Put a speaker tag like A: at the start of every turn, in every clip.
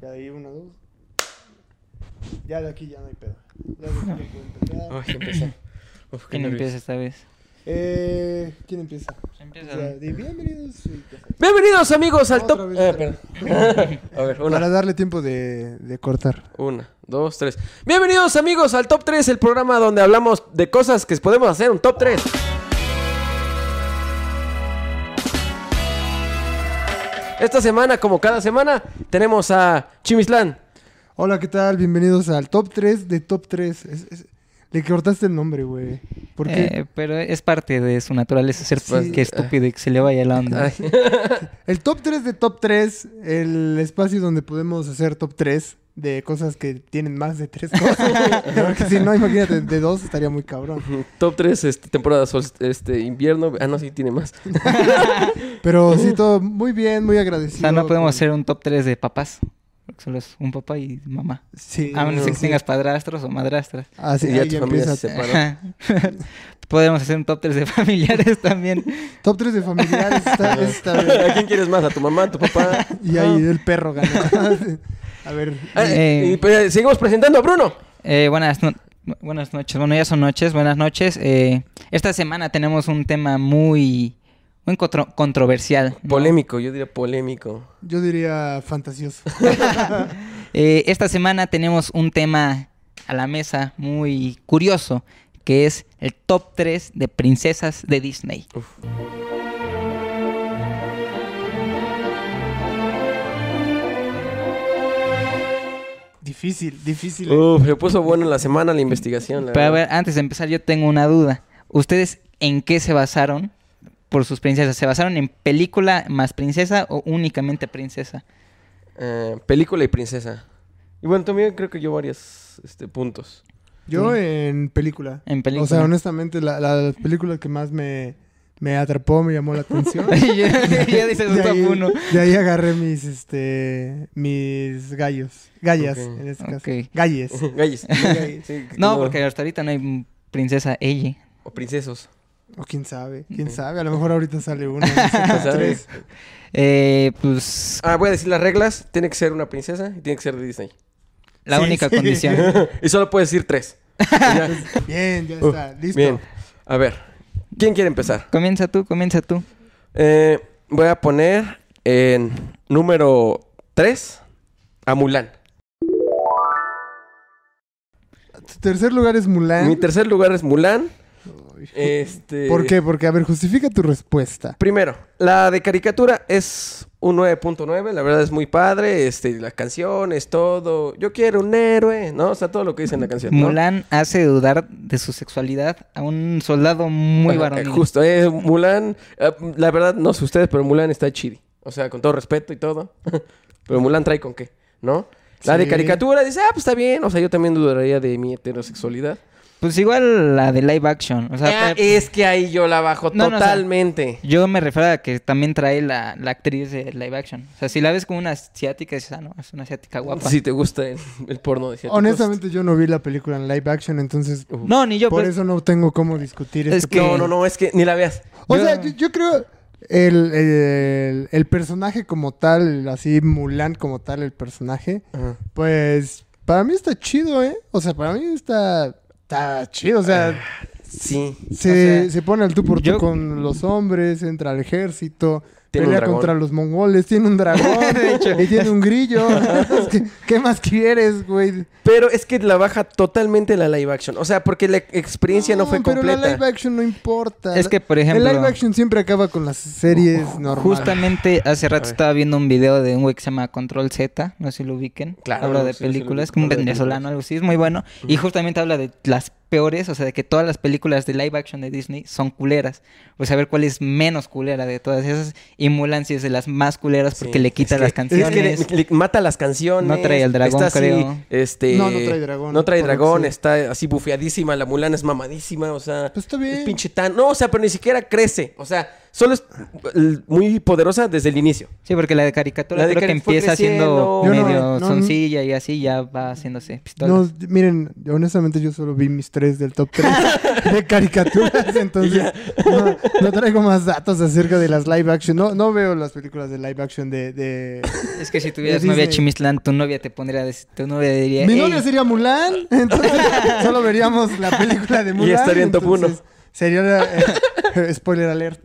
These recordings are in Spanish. A: Ya de ahí una, dos. Ya de aquí ya no hay pedo. Ya de aquí ya puedo empezar.
B: Ay, empezó. Uf, qué
C: ¿Quién
B: nervios.
C: empieza esta vez?
A: Eh, ¿Quién empieza?
C: Empieza.
A: Ya, de bienvenidos. sí, ya sé.
B: Bienvenidos amigos al
A: Otra
B: top.
A: vez,
B: Eh,
A: otra
B: perdón. A ver,
A: Para
B: una,
A: darle tiempo de, de cortar.
B: una, dos, tres. Bienvenidos amigos al top 3, el programa donde hablamos de cosas que podemos hacer un top 3. Esta semana, como cada semana, tenemos a Chimislán.
A: Hola, ¿qué tal? Bienvenidos al top 3 de top 3. Es- es- Le cortaste el nombre, güey. ¿Por qué?
C: Eh, pero es parte de su naturaleza ser
A: Sí.
C: que estúpido y que se le vaya la onda.
B: Ay,
A: El top 3 de top 3, el espacio donde podemos hacer top 3 de cosas que tienen más de 3 cosas. Porque si no, imagínate, de 2 estaría muy cabrón.
B: top 3, este, temporada sol, este, invierno. Ah, no, sí, tiene más. Uh.
A: Pero sí, todo muy bien, muy agradecido.
C: o sea, no podemos
A: con-
C: hacer un top 3 de papás. porque Solo es un papá y mamá.
A: Sí.
C: A menos
A: no,
C: que
A: sí.
C: tengas padrastros o madrastras.
A: Ah, sí,
B: Y ya
A: ahí
B: tu
A: ya
B: familia
A: empieza.
B: se separó.
C: Ajá. Podemos hacer un top 3 de familiares también.
A: Top 3 de familiares está, está bien.
B: ¿A quién quieres más? ¿A tu mamá, a tu papá?
A: Y ahí el perro ganó. A ver,
B: Ah,
C: Eh.
B: y, pues, seguimos presentando a Bruno.
C: Eh, buenas, no- bu- buenas noches. Bueno, ya son noches. Buenas noches. Eh, esta semana tenemos un tema muy, muy contro- controversial. ¿no?
B: Polémico, yo diría polémico.
A: yo diría fantasioso.
C: Eh, esta semana tenemos un tema a la mesa muy curioso, que es el top 3 de princesas de Disney.
A: Difícil, difícil.
B: Uf, se puso bueno en la semana la investigación. la
C: Pero a
B: verdad.
C: ver, antes de empezar yo tengo una duda. ¿Ustedes en qué se basaron por sus princesas? ¿Se basaron en película más princesa o únicamente princesa?
B: Eh, película y princesa. Y bueno, también creo que yo varios este, puntos.
A: Yo en película.
C: En película.
A: O sea, honestamente, la, la película que más me, me atrapó, me llamó la atención.
C: ya, ya dices un
A: de,
C: top
A: ahí,
C: 1.
A: de ahí agarré mis, este, mis gallos. Gallas,
B: Ok.
A: en este caso.
C: Ok.
A: Galles.
B: Galles.
A: Galles.
B: Sí, que
C: No, porque hasta ahorita no hay princesa ella.
B: O princesos.
A: O quién sabe, quién
B: Ok.
A: sabe. A lo mejor ahorita sale uno. en ese top
B: ¿Sabe?
A: Ah, tres.
C: Eh, pues
B: Ah, voy a decir las reglas. Tiene que ser una princesa y tiene que ser de Disney.
C: la
A: Sí,
C: única
A: sí.
C: condición.
B: y solo puedes decir tres. Y ya.
A: Bien, ya
B: Uh,
A: está. Listo.
B: Bien. A ver, ¿quién quiere empezar?
C: Comienza tú, comienza tú.
B: Eh, voy a poner en número tres a Mulan.
A: Tu tercer lugar es Mulan.
B: Mi tercer lugar es Mulan.
A: Ay.
C: eh,
B: Este...
A: ¿Por qué? Porque, a ver, justifica tu respuesta.
B: Primero, la de caricatura es un 9.9, la verdad es muy padre, este, las canciones, todo. Yo quiero un héroe, ¿no? O sea, todo lo que dice en la canción. ¿no?
C: Mulan hace dudar de su sexualidad a un soldado muy
B: Ajá,
C: varonil.
B: eh, Justo, eh, Mulan, eh, la verdad, no sé ustedes, pero Mulan está chidi. O sea, con todo respeto y todo. pero Mulan trae con qué, ¿no? La de
A: Sí.
B: caricatura dice, ah, pues está bien. O sea, yo también dudaría de mi heterosexualidad.
C: Pues igual la de live action. O sea,
B: Ah,
C: pe-
B: es que ahí yo la bajo
C: No, no, o sea-
B: totalmente.
C: yo me refiero a que también trae la, la actriz de live action. O sea, si la ves como una asiática, dices, ah, no, es una asiática guapa.
B: Si te gusta el, el porno de asiáticos.
A: Honestamente, yo no vi la película en live action, entonces
B: Uf.
C: No, ni yo, pues,
A: por
C: pero-
A: eso no tengo cómo discutir
C: Es
A: este
C: que-
B: No, no, no, es que ni la veas.
A: O
C: Yo-
A: sea, yo, yo creo el, el- el personaje como tal, así Mulan como tal, el personaje,
B: Ajá.
A: pues para mí está chido, ¿eh? O sea, para mí está, está chido, o sea,
B: Sí.
A: se,
C: o sea,
A: se pone al tú por tú
C: yo-
A: con los hombres, entra al ejército,
B: Tiene un
A: pelea
B: dragón.
A: contra los mongoles, tiene un dragón y tiene un grillo. Es que, ¿Qué más quieres, güey?
B: Pero es que la baja totalmente la live action. O sea, porque la experiencia no, fue
A: pero
B: completa.
A: la live action no importa.
C: Es que, por ejemplo,
A: El live action siempre acaba con las series normales.
C: justamente hace rato
B: ver.
C: estaba viendo un video de un güey que se llama Control Z, no sé si lo ubiquen.
B: Claro,
C: habla
B: no,
C: de
B: sí, sí lo
C: películas,
B: ubico,
C: como un
B: habla de
C: venezolano, algo así, es muy bueno. Y justamente habla de las peores, o sea, de que todas las películas de live action de Disney son culeras. Pues a ver cuál es menos culera de todas esas. Y Mulan sí es de las más culeras porque
B: Sí,
C: le
B: es
C: quita
B: que-
C: las
B: Es que
C: canciones.
B: le, le mata las canciones.
C: No trae el dragón,
B: está así,
C: creo.
B: Este,
A: No, no trae dragón,
B: No trae
A: por lo que
B: dragón,
A: sé.
B: está así bufeadísima. La mulana es mamadísima, o sea.
A: Pues está bien.
B: Es pinche tan. No, o sea, pero ni siquiera crece. O sea, solo es l- muy poderosa desde el inicio.
C: Sí, porque la de caricatura
B: La de
C: creo que
B: cari- fue
C: empieza
B: creciendo.
C: siendo
A: Yo no-
C: medio
A: no, no.
C: soncilla y así ya va haciéndose pistola.
A: No, miren, honestamente yo solo vi mis tres del top 3 de caricaturas, entonces no, no traigo más datos acerca de las live action. No, no veo las películas de live action de... de...
C: Es que si tuvieras
A: De
C: novia
A: Disney.
C: Chimistlán, tu novia te pondría, a decir- tu novia
B: Eh,
C: diría,
A: Mi
C: "Ey".
A: novia sería Mulan, entonces solo veríamos la película de Mulan.
B: estaría en top
A: entonces
B: uno.
A: Sería eh, spoiler alert.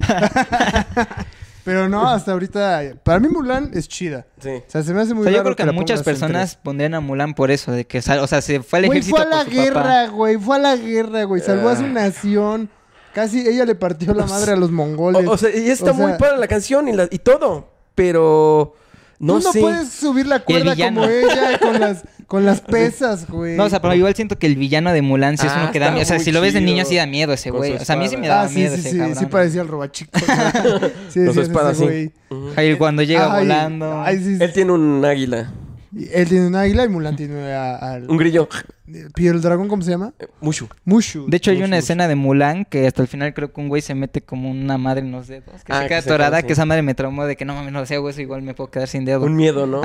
A: Pero no, hasta ahorita, para mí Mulan es chida.
B: Sí.
A: O sea, se me hace muy
C: O sea, yo
A: raro
C: creo que,
A: la
C: muchas
A: pongas en
C: personas pondrían a Mulan por eso, de que sal- o sea, se fue al
A: Güey,
C: ejército
A: fue a la
C: por su
A: guerra,
C: papá.
A: güey. Fue a la guerra, güey. Salvó a su
B: Ah.
A: nación. Casi ella le partió la madre a los mongoles.
B: O, o sea, y está
A: O sea,
B: muy para la canción y, la- y todo, pero no,
A: Tú no
B: sé.
A: puedes subir la cuerda
C: villano.
A: como ella con las, con las pesas, güey.
C: No, o sea, pero igual siento que el villano de Mulan sí es
B: Ah,
C: uno que da
B: está
C: miedo. O sea,
B: muy
C: si lo ves de niño
B: chido.
C: sí da miedo ese
B: Con
C: güey.
B: su
C: O sea, a mí sí
B: espada.
C: me daba
A: ah, sí,
C: miedo
A: sí,
C: ese
A: sí.
C: cabrón.
A: Sí parecía el robachico. ¿no? sí,
B: Con su
A: es
B: espada,
A: ese
B: sí.
A: güey.
B: Ujú.
C: Ay, cuando llega
A: Ay,
C: volando.
A: ay, sí, sí.
B: Él tiene un águila,
A: Él tiene un águila y Mulan tiene a- al...
B: un grillo,
A: ¿Y el dragón cómo se llama?
B: Mushu.
A: Mushu.
C: De hecho, hay
B: Mucho,
C: una
B: mucho.
C: escena de Mulan que hasta el final creo que un güey se mete como una madre en los dedos. Que
B: Ah,
C: se
B: que
C: queda
B: se queda
C: atorada,
B: así.
C: que esa madre me traumó de que no mames, no sé, güey, eso igual me puedo quedar sin dedo.
B: Un miedo, ¿no?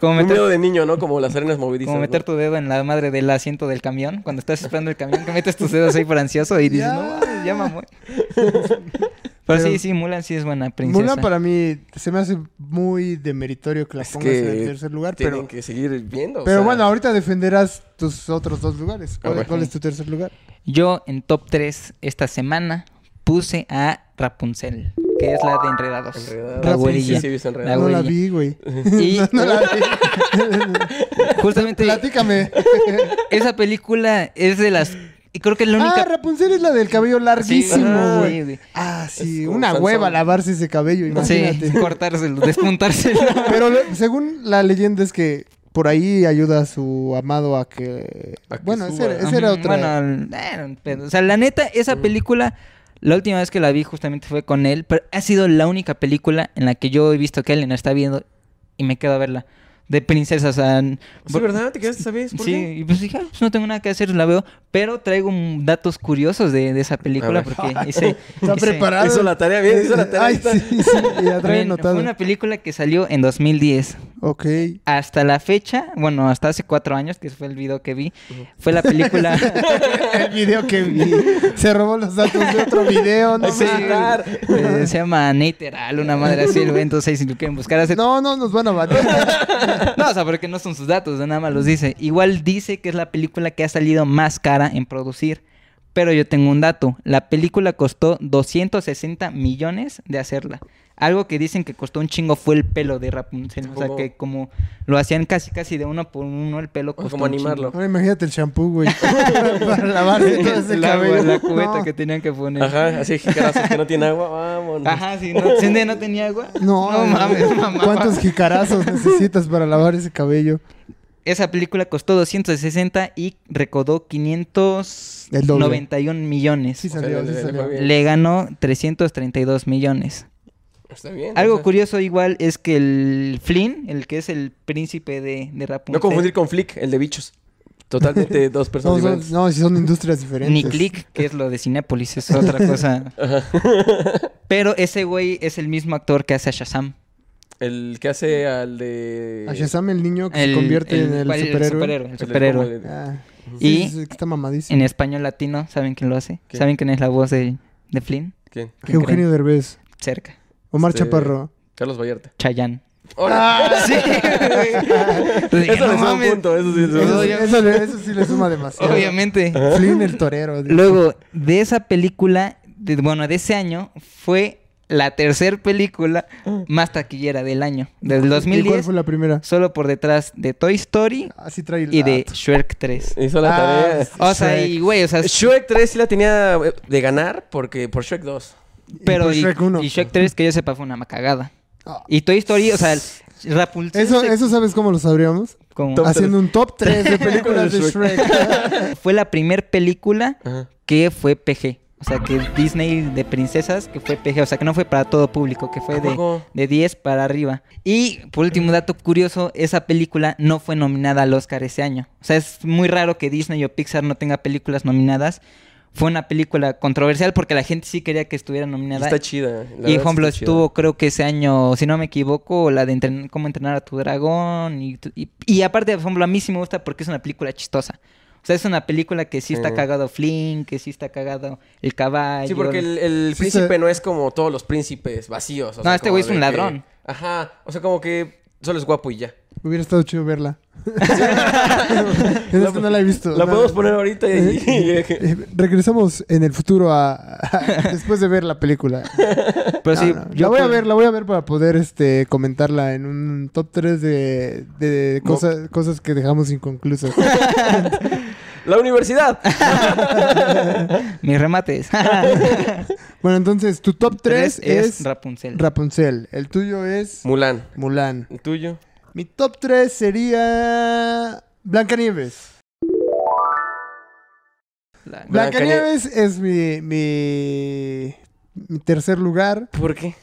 C: como
B: un
C: meter,
B: miedo de niño, ¿no? Como las arenas movedizas.
C: como
B: ¿no?
C: meter tu dedo en la madre del asiento del camión. Cuando estás esperando el camión, que metes tus dedos ahí por ansioso y dices,
A: Ya.
C: no mames, ya mamó. Pero
A: Pero-
C: sí, sí, Mulan sí es buena princesa.
A: Mulan para mí se me hace muy demeritorio que la
B: Es
A: pongas en
B: que
A: el tercer lugar,
B: Tienen
A: pero...
B: que seguir viendo. o
A: Pero
B: sea,
A: bueno, ahorita defenderás tus otros dos lugares. ¿Cuál,
B: Ah, bueno.
A: cuál es tu tercer lugar?
C: Yo en top 3 esta semana puse a Rapunzel, que es la de Enredados.
B: Enredados.
C: La
A: Sí,
C: güerilla.
B: sí, sí, he visto Enredados.
C: La
A: no la
C: güerilla.
A: vi, güey.
C: Y
A: No la vi.
C: justamente
A: Platícame.
C: esa película es de las... Y creo que es la única...
A: Ah, Rapunzel es la del cabello larguísimo,
C: ajá,
A: güey.
C: sí, güey.
A: ah, sí.
B: Es como
A: Una
B: Sansón.
A: hueva lavarse ese cabello,
C: Sí,
A: imagínate.
C: cortárselo, despuntárselo.
A: Pero lo- según la leyenda es que por ahí ayuda a su amado a que...
B: A que
A: bueno, ese,
B: suba.
A: era- ese era
C: Ujú,
A: otra.
C: Bueno, era un pedo. o sea, la neta, esa película, la última vez que la vi justamente fue con él, pero ha sido la única película en la que yo he visto que Elena está viendo y me quedo a verla. De princesas, o sea, n-
B: ¿Sí,
C: por-
B: verdad? ¿Te quedaste sabes? ¿Por
C: Sí,
B: qué?
C: y pues dije, ah, pues no tengo nada que hacer, la veo. Pero traigo mm, datos curiosos de, de esa película
B: A ver.
C: porque hice...
A: Está
C: hice-
A: preparado.
B: Hizo la tarea bien, hizo la tarea.
A: Ay,
B: está-
A: sí, sí. Y la trae
C: Miren,
A: anotada.
C: Fue una película que salió en 2010.
A: Ok.
C: Hasta la fecha, bueno, hasta hace cuatro años, que fue el video que vi, fue la película...
A: El video que vi. Se robó los datos de otro video. No,
C: Sí,
A: mames.
C: eh, se llama Nateral, una madre así, el güey. Entonces, ahí si lo quieren buscar, hace. No.
A: no, no nos van a matar.
C: o sea, porque no son sus datos, nada más los dice. Igual dice que es la película que ha salido más cara en producir. Pero yo tengo un dato: la película costó 260 millones de hacerla. Algo que dicen que costó un chingo fue el pelo de Rapunzel. O sea,
B: ¿Cómo?
C: que como lo hacían casi, casi de uno por uno, el pelo costó.
B: Como
C: un chingo.
B: animarlo.
A: Ahora imagínate el shampoo, güey. Para lavarse todo ese
C: El agua,
A: cabello.
C: la cubeta
A: no.
C: que tenían que poner.
B: Ajá, así jicarazos que no tiene agua, vámonos.
C: Ajá, sí, no, ¿Cindy no tenía agua.
A: No, eh,
C: no mames, mamá.
A: ¿Cuántos jicarazos necesitas para lavar ese cabello?
C: Esa película costó 260 y recaudó
A: El doble.
C: 591 millones.
A: Sí
B: sea,
A: salió, sí
B: le- le- le
A: salió.
B: fue bien.
C: Le ganó 332 millones.
B: Está bien. o
C: Algo
B: sea,
C: curioso igual es que el Flynn, el que es el príncipe de, de Rapunzel,
B: No confundir con Flick, el de bichos. Totalmente dos personas
A: No, son,
B: diferentes.
A: no, si son industrias diferentes.
C: ni Click, que es lo de Cinépolis, es otra cosa. Pero ese güey es el mismo actor que hace a Shazam.
B: El que hace al de.
A: A Shazam, el niño que se convierte en el
C: ¿cuál?
A: superhéroe.
C: El
B: El de-
C: superhéroe.
B: como el de-
A: Ah, sí,
C: Y-
A: sí, que está mamadísimo.
C: En español latino, ¿saben quién lo hace?
B: ¿Quién?
C: ¿Saben quién es la voz de, de Flynn?
B: ¿Quién?
C: ¿quién
A: Eugenio Derbez,
C: Cerca.
A: Omar
B: Este-
A: Chaparro.
B: Carlos Vallarta.
C: Chayanne.
B: ¡Órale!
C: Ah, Sí, güey. Dije,
B: Eso
C: "No
B: le suma un
C: mames".
B: punto, eso sí. le
A: Eso,
B: suma.
C: obviamente.
A: eso le- eso sí le suma demasiado.
C: Obviamente.
A: Flynn el torero. de-
C: Luego, de esa película, de- bueno, de ese año, fue la tercer película más taquillera del año, del
A: ¿Y cuál
C: 2010,
A: fue la primera?
C: solo por detrás de Toy Story
A: Así trae el
C: y de
A: dato.
C: Shrek 3.
B: Hizo la
A: Ah,
B: tarea.
C: O sea,
A: Shrek.
C: y güey, o sea,
B: Shrek 3 sí la tenía eh, de ganar porque por Shrek 2.
C: pero
A: por
C: y,
A: pues Shrek uno.
C: y Shrek 3, que yo sepa, fue una cagada.
A: Ah.
C: Y Toy Story, o sea, el- Rapunzel
A: Eso,
C: se-
A: eso sabes cómo lo sabríamos.
C: como-
B: Top
A: Haciendo un top 3 de películas de
B: De
A: Shrek.
C: fue la primer película
B: Ajá.
C: que fue PG. O sea, que Disney de princesas, que fue PG. O sea, que no fue para todo público, que fue
B: ¿A
C: de,
B: poco?
C: de 10 para arriba. Y por último dato curioso, esa película no fue nominada al Oscar ese año. O sea, es muy raro que Disney o Pixar no tenga películas nominadas. fue una película controversial porque la gente sí quería que estuviera
B: Y
C: nominada.
B: está chida. la
C: Y
B: verdad
C: ejemplo,
B: está chida.
C: estuvo creo que ese año, si no me equivoco, la de entren- cómo entrenar a tu dragón. Y, tu- y, y aparte, por ejemplo, a mí sí me gusta porque es una película chistosa. O sea, es una película que sí está
B: Sí.
C: cagado Flynn, que sí está cagado el caballo.
B: Sí, porque el, el
A: Sí,
B: príncipe
A: se-
B: no es como todos los príncipes vacíos. o
C: No,
B: sea,
C: este
B: como
C: güey es
B: de
C: un
B: que-
C: ladrón.
B: Ajá. O sea, como que solo es guapo y ya.
A: Hubiera estado chido verla. es que no la he visto.
B: La
A: No,
B: podemos
A: no.
B: poner ahorita y...
A: Eh, regresamos en el futuro a, a- después de ver la película.
C: Pero Pues sí,
A: No, no,
C: yo
A: la voy a
C: por-
A: ver, la voy a ver para poder este comentarla en un top 3 de, de
B: No.
A: cosas, cosas que dejamos inconclusas.
B: La universidad.
C: Mis remates.
A: bueno, entonces tu top 3
C: Tres
A: es,
C: Rapunzel.
A: Rapunzel, el tuyo es
B: Mulan.
A: Mulan.
B: ¿El tuyo?
A: Mi top 3 sería Blancanieves.
C: La-
A: Blancanieves es mi, mi, mi tercer lugar.
B: ¿Por qué?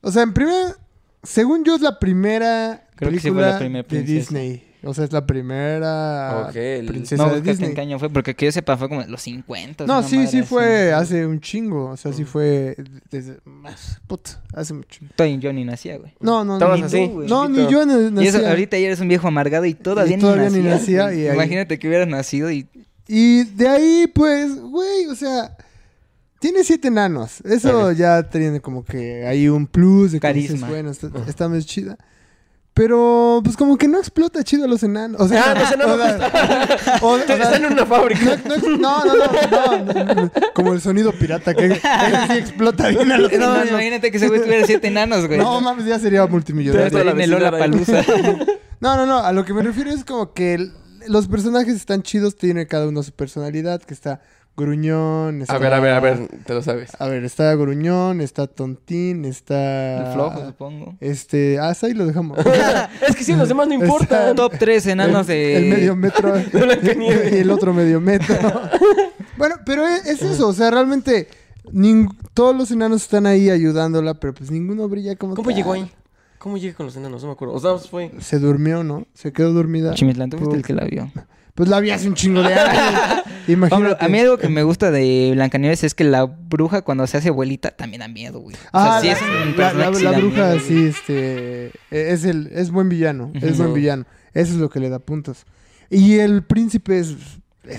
A: O sea, en primer, según yo es la primera
C: Creo que sí fue
A: película
C: la primera
A: de
C: princesa.
A: Disney. O sea, es la primera
B: Ah, Ok, el-
A: princesa
C: no,
A: de
C: buscaste
A: Disney.
C: en qué año fue, porque que yo sepa fue como en los 50.
A: No,
C: una
A: sí,
C: madre
A: sí
C: así.
A: fue hace un chingo. O sea, sí fue desde... más, Puta, hace mucho.
C: Todavía yo ni nacía, güey.
A: No, no,
B: Estabas
A: ni-
B: así,
A: No,
B: chiquito.
A: ni yo na-
C: Y eso,
A: nacía.
C: ahorita ya eres un viejo amargado y todavía,
A: todavía ni
C: ni nacías,
A: nacía,
C: güey.
A: y ahí-
C: Imagínate que hubieras nacido y
A: Y de ahí, pues, güey, o sea... Tiene siete enanos. Eso
B: Ok.
A: ya tiene como que hay un plus de que dices,
C: Carisma.
A: bueno, está, está más chida. Pero, pues, como que no explota chido a los enanos. O sea,
B: Ah, los enanos
A: o sea, o- o sea,
B: Están en una
A: No,
B: fábrica.
A: no, es- no, no, no, no, no, no. Como el sonido pirata que sí explota bien a los
C: No,
A: enanos.
C: imagínate que ese güey tuviera siete enanos, güey.
A: No, mames, ya sería
B: Pero
A: multimillonario.
B: esto-
C: Estaría en el Lola Palusa.
A: No, no, no. A lo que me refiero es como que el- los personajes están chidos, tiene cada uno su personalidad, que está gruñón. Está,
B: A ver, a ver, a ver. Te lo sabes.
A: A ver, está gruñón, está tontín, está.
C: flojo, supongo.
A: Este, hasta ahí lo dejamos.
B: es que sí, los demás no importan.
C: Top 3 enanos de.
A: Ah, El medio metro.
B: Blancanieves.
A: y el otro medio metro. bueno, pero e- es eso, o sea, realmente ning- todos los enanos están ahí ayudándola, pero pues ninguno brilla como.
B: ¿Cómo
A: tal.
B: llegó ahí? ¿Cómo llegué con los enanos? No me acuerdo. O sea, fue...
A: Se durmió, ¿no? Se quedó dormida.
C: Chimislán, tú fuiste el que la vio.
A: Pues la vi hace un chingo de años. Imagínate.
C: Pablo, a mí algo que me gusta de Blancanieves es que la bruja cuando se hace abuelita también da miedo, güey.
A: Ah,
C: o sea,
A: la,
C: sí es un
A: la- la-
C: personaje que sí
A: la
C: da
A: bruja
C: miedo,
A: sí, este, eh, es el, es buen villano, es buen
B: Ujú.
A: villano, eso es lo que le da puntos. Y el príncipe es,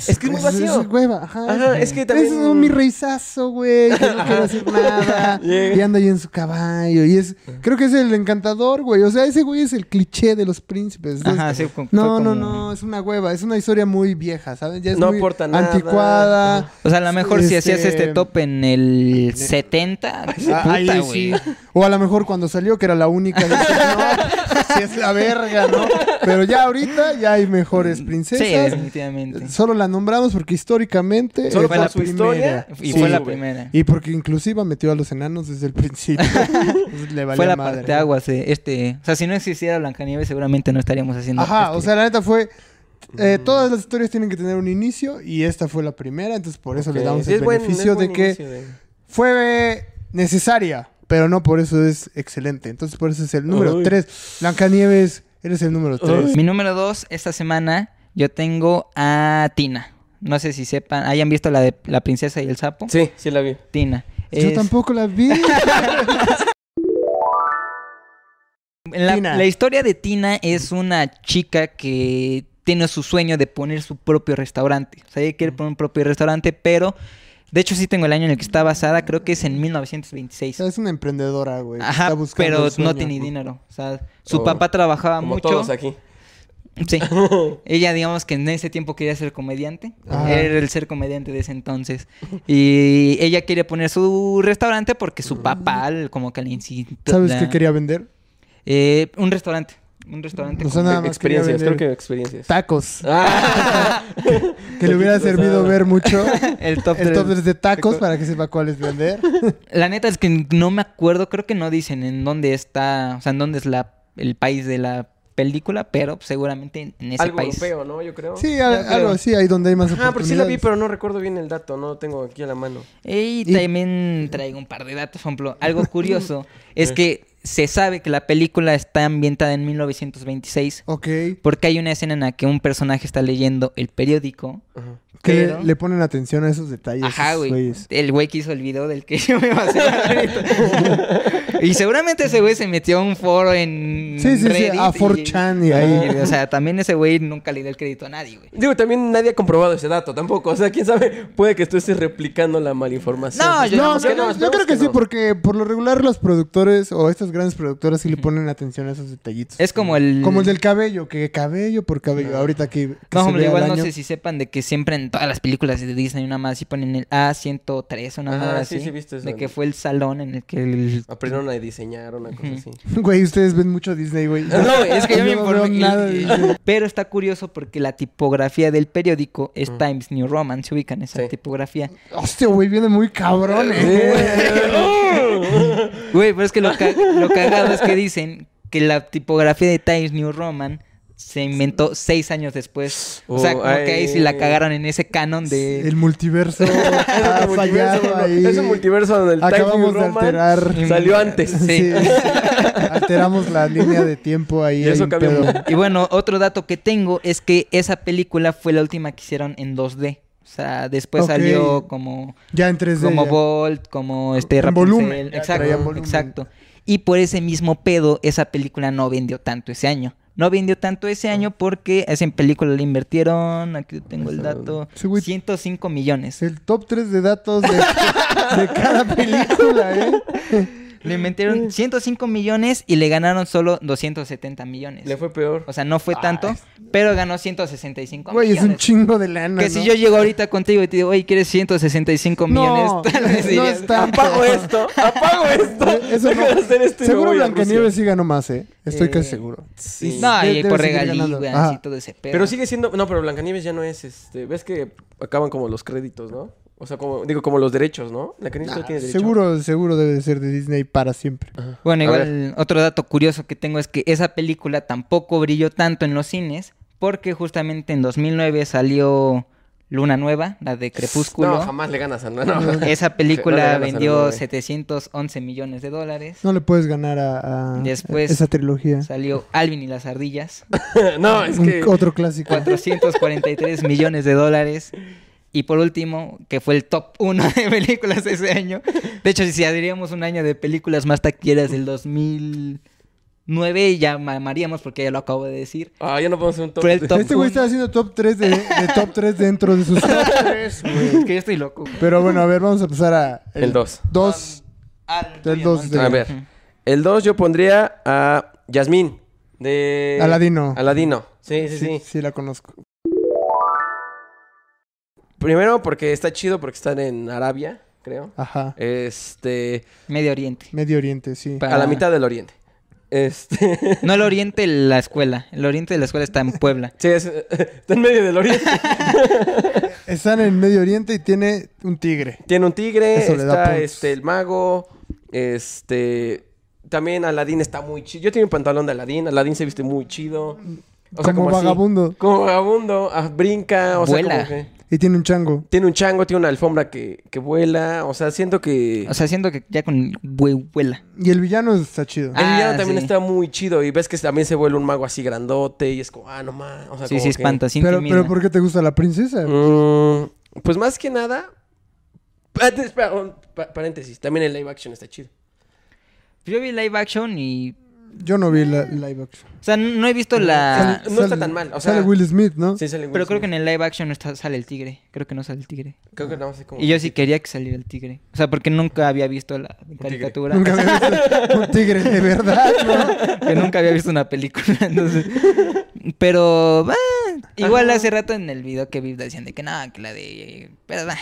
B: Es que es muy vacío.
A: es hueva, ajá,
B: Ajá, es que también...
A: Es un mi reizazo, güey, que no quiere hacer nada.
B: Yeah.
A: Y anda ahí en su caballo. Y es, creo que es el encantador, güey. O sea, ese güey es el cliché de los príncipes.
C: güey.
A: Entonces,
C: Ajá, sí. fue-
A: no,
C: fue
A: no,
C: como-
A: no, es una hueva. Es una historia muy vieja, ¿sabes? Ya es
B: No
A: muy
B: aporta nada.
A: anticuada.
C: O sea, a lo mejor si hacías
A: Este-
C: este top en el 70,
A: Ah, ahí
C: puta,
A: sí.
C: güey.
A: O a lo mejor cuando salió, que era la única. decía, no, si es la verga, ¿no? Pero ya ahorita ya hay mejores
C: Mm, Sí,
A: princesas.
C: definitivamente.
A: Solo la nombramos porque históricamente
B: Solo
A: es
B: por
A: la
B: su historia.
A: primera.
C: Y
B: Sí,
C: fue la
B: güey.
C: primera.
A: Y porque inclusiva metió a los enanos desde el principio. Entonces, Le
C: fue
A: valía
C: la
A: madre.
C: parte aguas de este. O sea, si no existiera Blancanieves, seguramente no estaríamos haciendo.
A: Ajá, o
C: este-
A: sea, la neta fue. eh, todas las historias tienen que tener un inicio y esta fue la primera, entonces por eso le damos el beneficio de que fue necesaria, pero no por eso es excelente. Entonces por eso es el número
B: Uy.
A: 3. Blancanieves, eres el número 3.
C: Mi número dos, esta semana, yo tengo a Tina. No sé si sepan, hayan visto la de La Princesa y el Sapo.
B: Sí, sí la vi.
C: Tina.
A: Yo
C: Es-
A: tampoco la vi.
C: en La,
A: Tina.
C: la historia de Tina es una chica que tiene su sueño de poner su propio restaurante. O sea, ella quiere poner un propio restaurante, pero de hecho sí tengo el año en el que está basada, creo que es en 1926.
A: es una emprendedora, güey. que
C: Ajá,
A: está buscando
C: pero
A: un sueño.
C: no tiene dinero. O sea, su
B: Oh.
C: papá trabajaba
B: Como
C: mucho.
B: todos aquí.
C: Sí. Ella, digamos que en ese tiempo quería ser comediante.
A: Ajá.
C: Era el ser comediante de ese entonces. Y ella quería poner su restaurante porque su papá el- como que le incitó.
A: ¿Sabes
C: la-
A: qué quería vender?
C: Eh, un restaurante. Un restaurante.
A: O sea,
C: con-
A: nada más quería
B: experiencias, creo
A: vender
B: que experiencias.
A: Tacos.
B: Ah.
A: Que le hubiera servido ver mucho
C: el top
A: el
C: tres.
A: top 3 de tacos para que sepa cuál es vender.
C: La neta es que no me acuerdo. Creo que no dicen en dónde está. O sea, en dónde es la, el país de la película. Pero seguramente en en ese
B: Algo
C: país.
B: europeo, ¿no? Yo creo.
A: Sí, a-
C: creo.
A: algo así, ahí donde hay más
B: Ah, porque sí la vi,
A: oportunidades.
B: pero no recuerdo bien el dato. No lo tengo aquí a la mano.
C: Y
A: Y-
C: también traigo un par de datos, por ejemplo, algo curioso es que se sabe que la película está ambientada en 1926
A: Ok.
C: porque hay una escena en la que un personaje está leyendo el periódico.
B: Ajá.
A: Que le-
C: Pero-
A: le ponen atención a esos detalles.
C: Ajá,
A: esos
C: güey.
A: güeyes.
C: El güey que hizo el video del que yo me basé ahorita. y seguramente ese güey se metió a un foro en
A: Sí, sí, sí,
C: Mm, Reddit
A: a
C: y-
A: 4chan y ahí.
C: O sea, también ese güey nunca le dio el crédito a nadie, güey.
B: Digo, también nadie ha comprobado ese dato tampoco. O sea, quién sabe, puede que tú estés replicando la malinformación.
C: No, yo-
A: No,
B: Esperamos
A: no, no,
B: que
A: yo creo
B: esperamos
A: que sí,
B: no.
A: porque por lo regular los productores o estas grandes productoras sí le ponen atención a esos detallitos.
C: Es como el...
A: Como el del cabello, que cabello por cabello. Ahorita que, que
C: No, hombre,
A: vea el
C: igual no
A: año.
C: sé si sepan de que siempre en todas las películas de Disney una más sí ponen el A103 una
B: Ah,
C: madre
B: sí,
C: así.
B: sí, viste eso.
C: De que fue el salón en el que el...
B: Aprendieron a diseñar una cosa así.
A: Güey, ustedes ven mucho Disney, güey.
C: No, es que yo me
A: no veo
C: informé.
A: nada de
C: Y-
A: Disney.
C: Pero está curioso porque la tipografía del periódico es Times New Roman. Se ubican esa
B: Mm. Sí.
C: tipografía.
A: Hostia, güey, viene muy cabrón, eh.
C: Güey, pero es que lo, ca- lo cagado es que dicen que la tipografía de Times New Roman se inventó seis años después. O sea,
B: Oh,
C: como que ahí sí la
B: ay.
C: cagaron en ese canon de...
A: El multiverso ha
B: Otro multiverso,
A: fallado
B: ¿no?
A: ahí.
B: Es un multiverso donde el Time New
A: Acabamos de
B: Roman
A: alterar.
B: salió antes.
C: Sí.
A: Sí, sí. Alteramos la línea de tiempo ahí.
B: Y eso
A: hay un
B: cambia
A: pedo.
B: mucho.
C: Y bueno, otro dato que tengo es que esa película fue la última que hicieron en 2D. O sea, después
A: Ok.
C: salió como...
A: Ya en 3D.
C: como
A: ya.
C: Bolt, como este
A: En
C: Rapunzel.
A: volumen. Ya
C: Exacto,
A: traía volumen.
C: exacto. Y por ese mismo pedo, esa película no vendió tanto ese año. No vendió tanto ese año
A: Ah.
C: porque a esa película le invirtieron, aquí tengo el dato,
A: Sí, güey.
C: 105 millones.
A: Es el top 3 de datos de, de cada película, ¿eh?
C: Le invirtieron 105 millones y le ganaron solo 270 millones.
B: Le fue Ah, peor.
C: O sea, no fue tanto, pero ganó 165
A: Güey, es
C: millones.
A: un chingo de lana.
C: que
A: ¿no?
C: si yo llego ahorita contigo y te digo, oye, ¿quieres 165 millones? "Ah,
A: No,
C: Tal vez
A: no
C: dirías,
A: es tanto.
B: Apago esto, apago esto.
A: Eso
B: Deja de hacer
A: no.
C: este
B: esto y me
A: Seguro
B: voy a
A: Blancanieves sí ganó más, ¿eh? Estoy
C: Eh,
A: casi seguro.
B: Sí.
C: No,
A: De-
C: y
A: debe
C: por
A: seguir
C: regalí,
A: ganando.
C: güey,
A: Ajá.
C: así todo ese pedo.
B: Pero sigue siendo. No, pero Blancanieves ya no es este. ¿Ves que acaban como los créditos, no? O sea, como. Digo, como los derechos, ¿no? Blancanieves no
A: Ah,
B: tiene derechos.
A: seguro, seguro debe de ser de Disney para siempre.
C: Bueno,
B: A
C: igual otro dato curioso que tengo es que esa película tampoco brilló tanto en los cines porque justamente en 2009 salió Luna Nueva, la de Crepúsculo.
B: No, jamás le ganas a. No, no.
C: Esa
B: No le
C: película
B: ganas a Luna
C: vendió
B: Nueva.
C: 711 millones de dólares.
A: No le puedes ganar a, a
C: Después-
A: esa trilogía.
C: Salió Alvin y las ardillas,
B: no, es
A: Un-
B: que.
A: Otro clásico.
C: 443 millones de dólares. Y por último, que fue el top 1 de películas ese año. De hecho, si haríamos un año de películas más taquilleras del 2009, ya mamaríamos porque ya lo acabo de decir.
B: Ah, ya no podemos hacer un top.
C: Pero el top
A: Este güey está
C: uno.
A: haciendo top 3 de, de top 3 dentro de sus top 3,
C: Es que yo estoy loco. güey.
A: Pero bueno, a ver, vamos a empezar a...
B: El dos.
A: 2.
C: Ah,
A: Del dos
C: no,
A: de-
B: A ver. El 2 yo pondría a Yasmín. De.
C: Eh,
A: Aladino.
B: Aladino. Sí, sí,
A: Sí,
B: sí.
A: sí la conozco.
B: Primero porque está chido porque están en Arabia, creo.
A: Ajá.
B: Este.
C: Medio Oriente.
A: Medio Oriente, sí.
C: Pa-
B: A
C: Ah.
B: la mitad del oriente. Este.
C: No el Oriente, la escuela. El Oriente de la escuela está en Puebla.
B: sí, es- está en medio del oriente.
A: Están en Medio Oriente y tiene un tigre.
B: Tiene un tigre,
A: Eso le da
B: está
A: puntos.
B: este, el mago, este... También Aladín está muy chido. Yo tenía un pantalón de Aladín. Aladín se viste muy chido. O sea,
A: como,
B: como, así.
A: vagabundo.
B: Como vagabundo. ah, brinca, o sea,
C: Vuela.
B: como que...
A: Y tiene un chango.
B: Tiene un chango, tiene una alfombra que, que vuela. O sea, siento que...
C: O sea, siento que ya con el güey vuela.
A: Y el villano está chido.
C: Ah,
B: el villano también
C: sí.
B: está muy chido. Y ves que también se vuelve un mago así grandote. Y es como, ah, no más. O sea,
C: Sí,
B: como
C: sí,
B: que-
C: espanta, sí
A: pero,
C: intimida.
A: pero ¿por qué te gusta la princesa?
B: Mm, pues más que nada. Ah, te- espera, un pa- paréntesis. También el live action está chido.
C: Yo vi live action y...
A: Yo no vi la live action.
C: O sea, no he visto la...
B: Ah, no está tan mal, o sea-
A: sale Will Smith, ¿no?
B: Sí, sale Will
C: Pero creo que
B: Smith.
C: en el live action no está- sale el tigre. Creo que no sale el tigre.
B: Creo que nada más es como.
C: Y yo sí quería que saliera el tigre. O sea, porque nunca había visto la caricatura.
A: Nunca había visto un tigre de verdad, ¿no?
C: que nunca había visto una película. Entonces, pero bah, igual hace rato en el video que vi decían de que no, que la de. Pero, bah,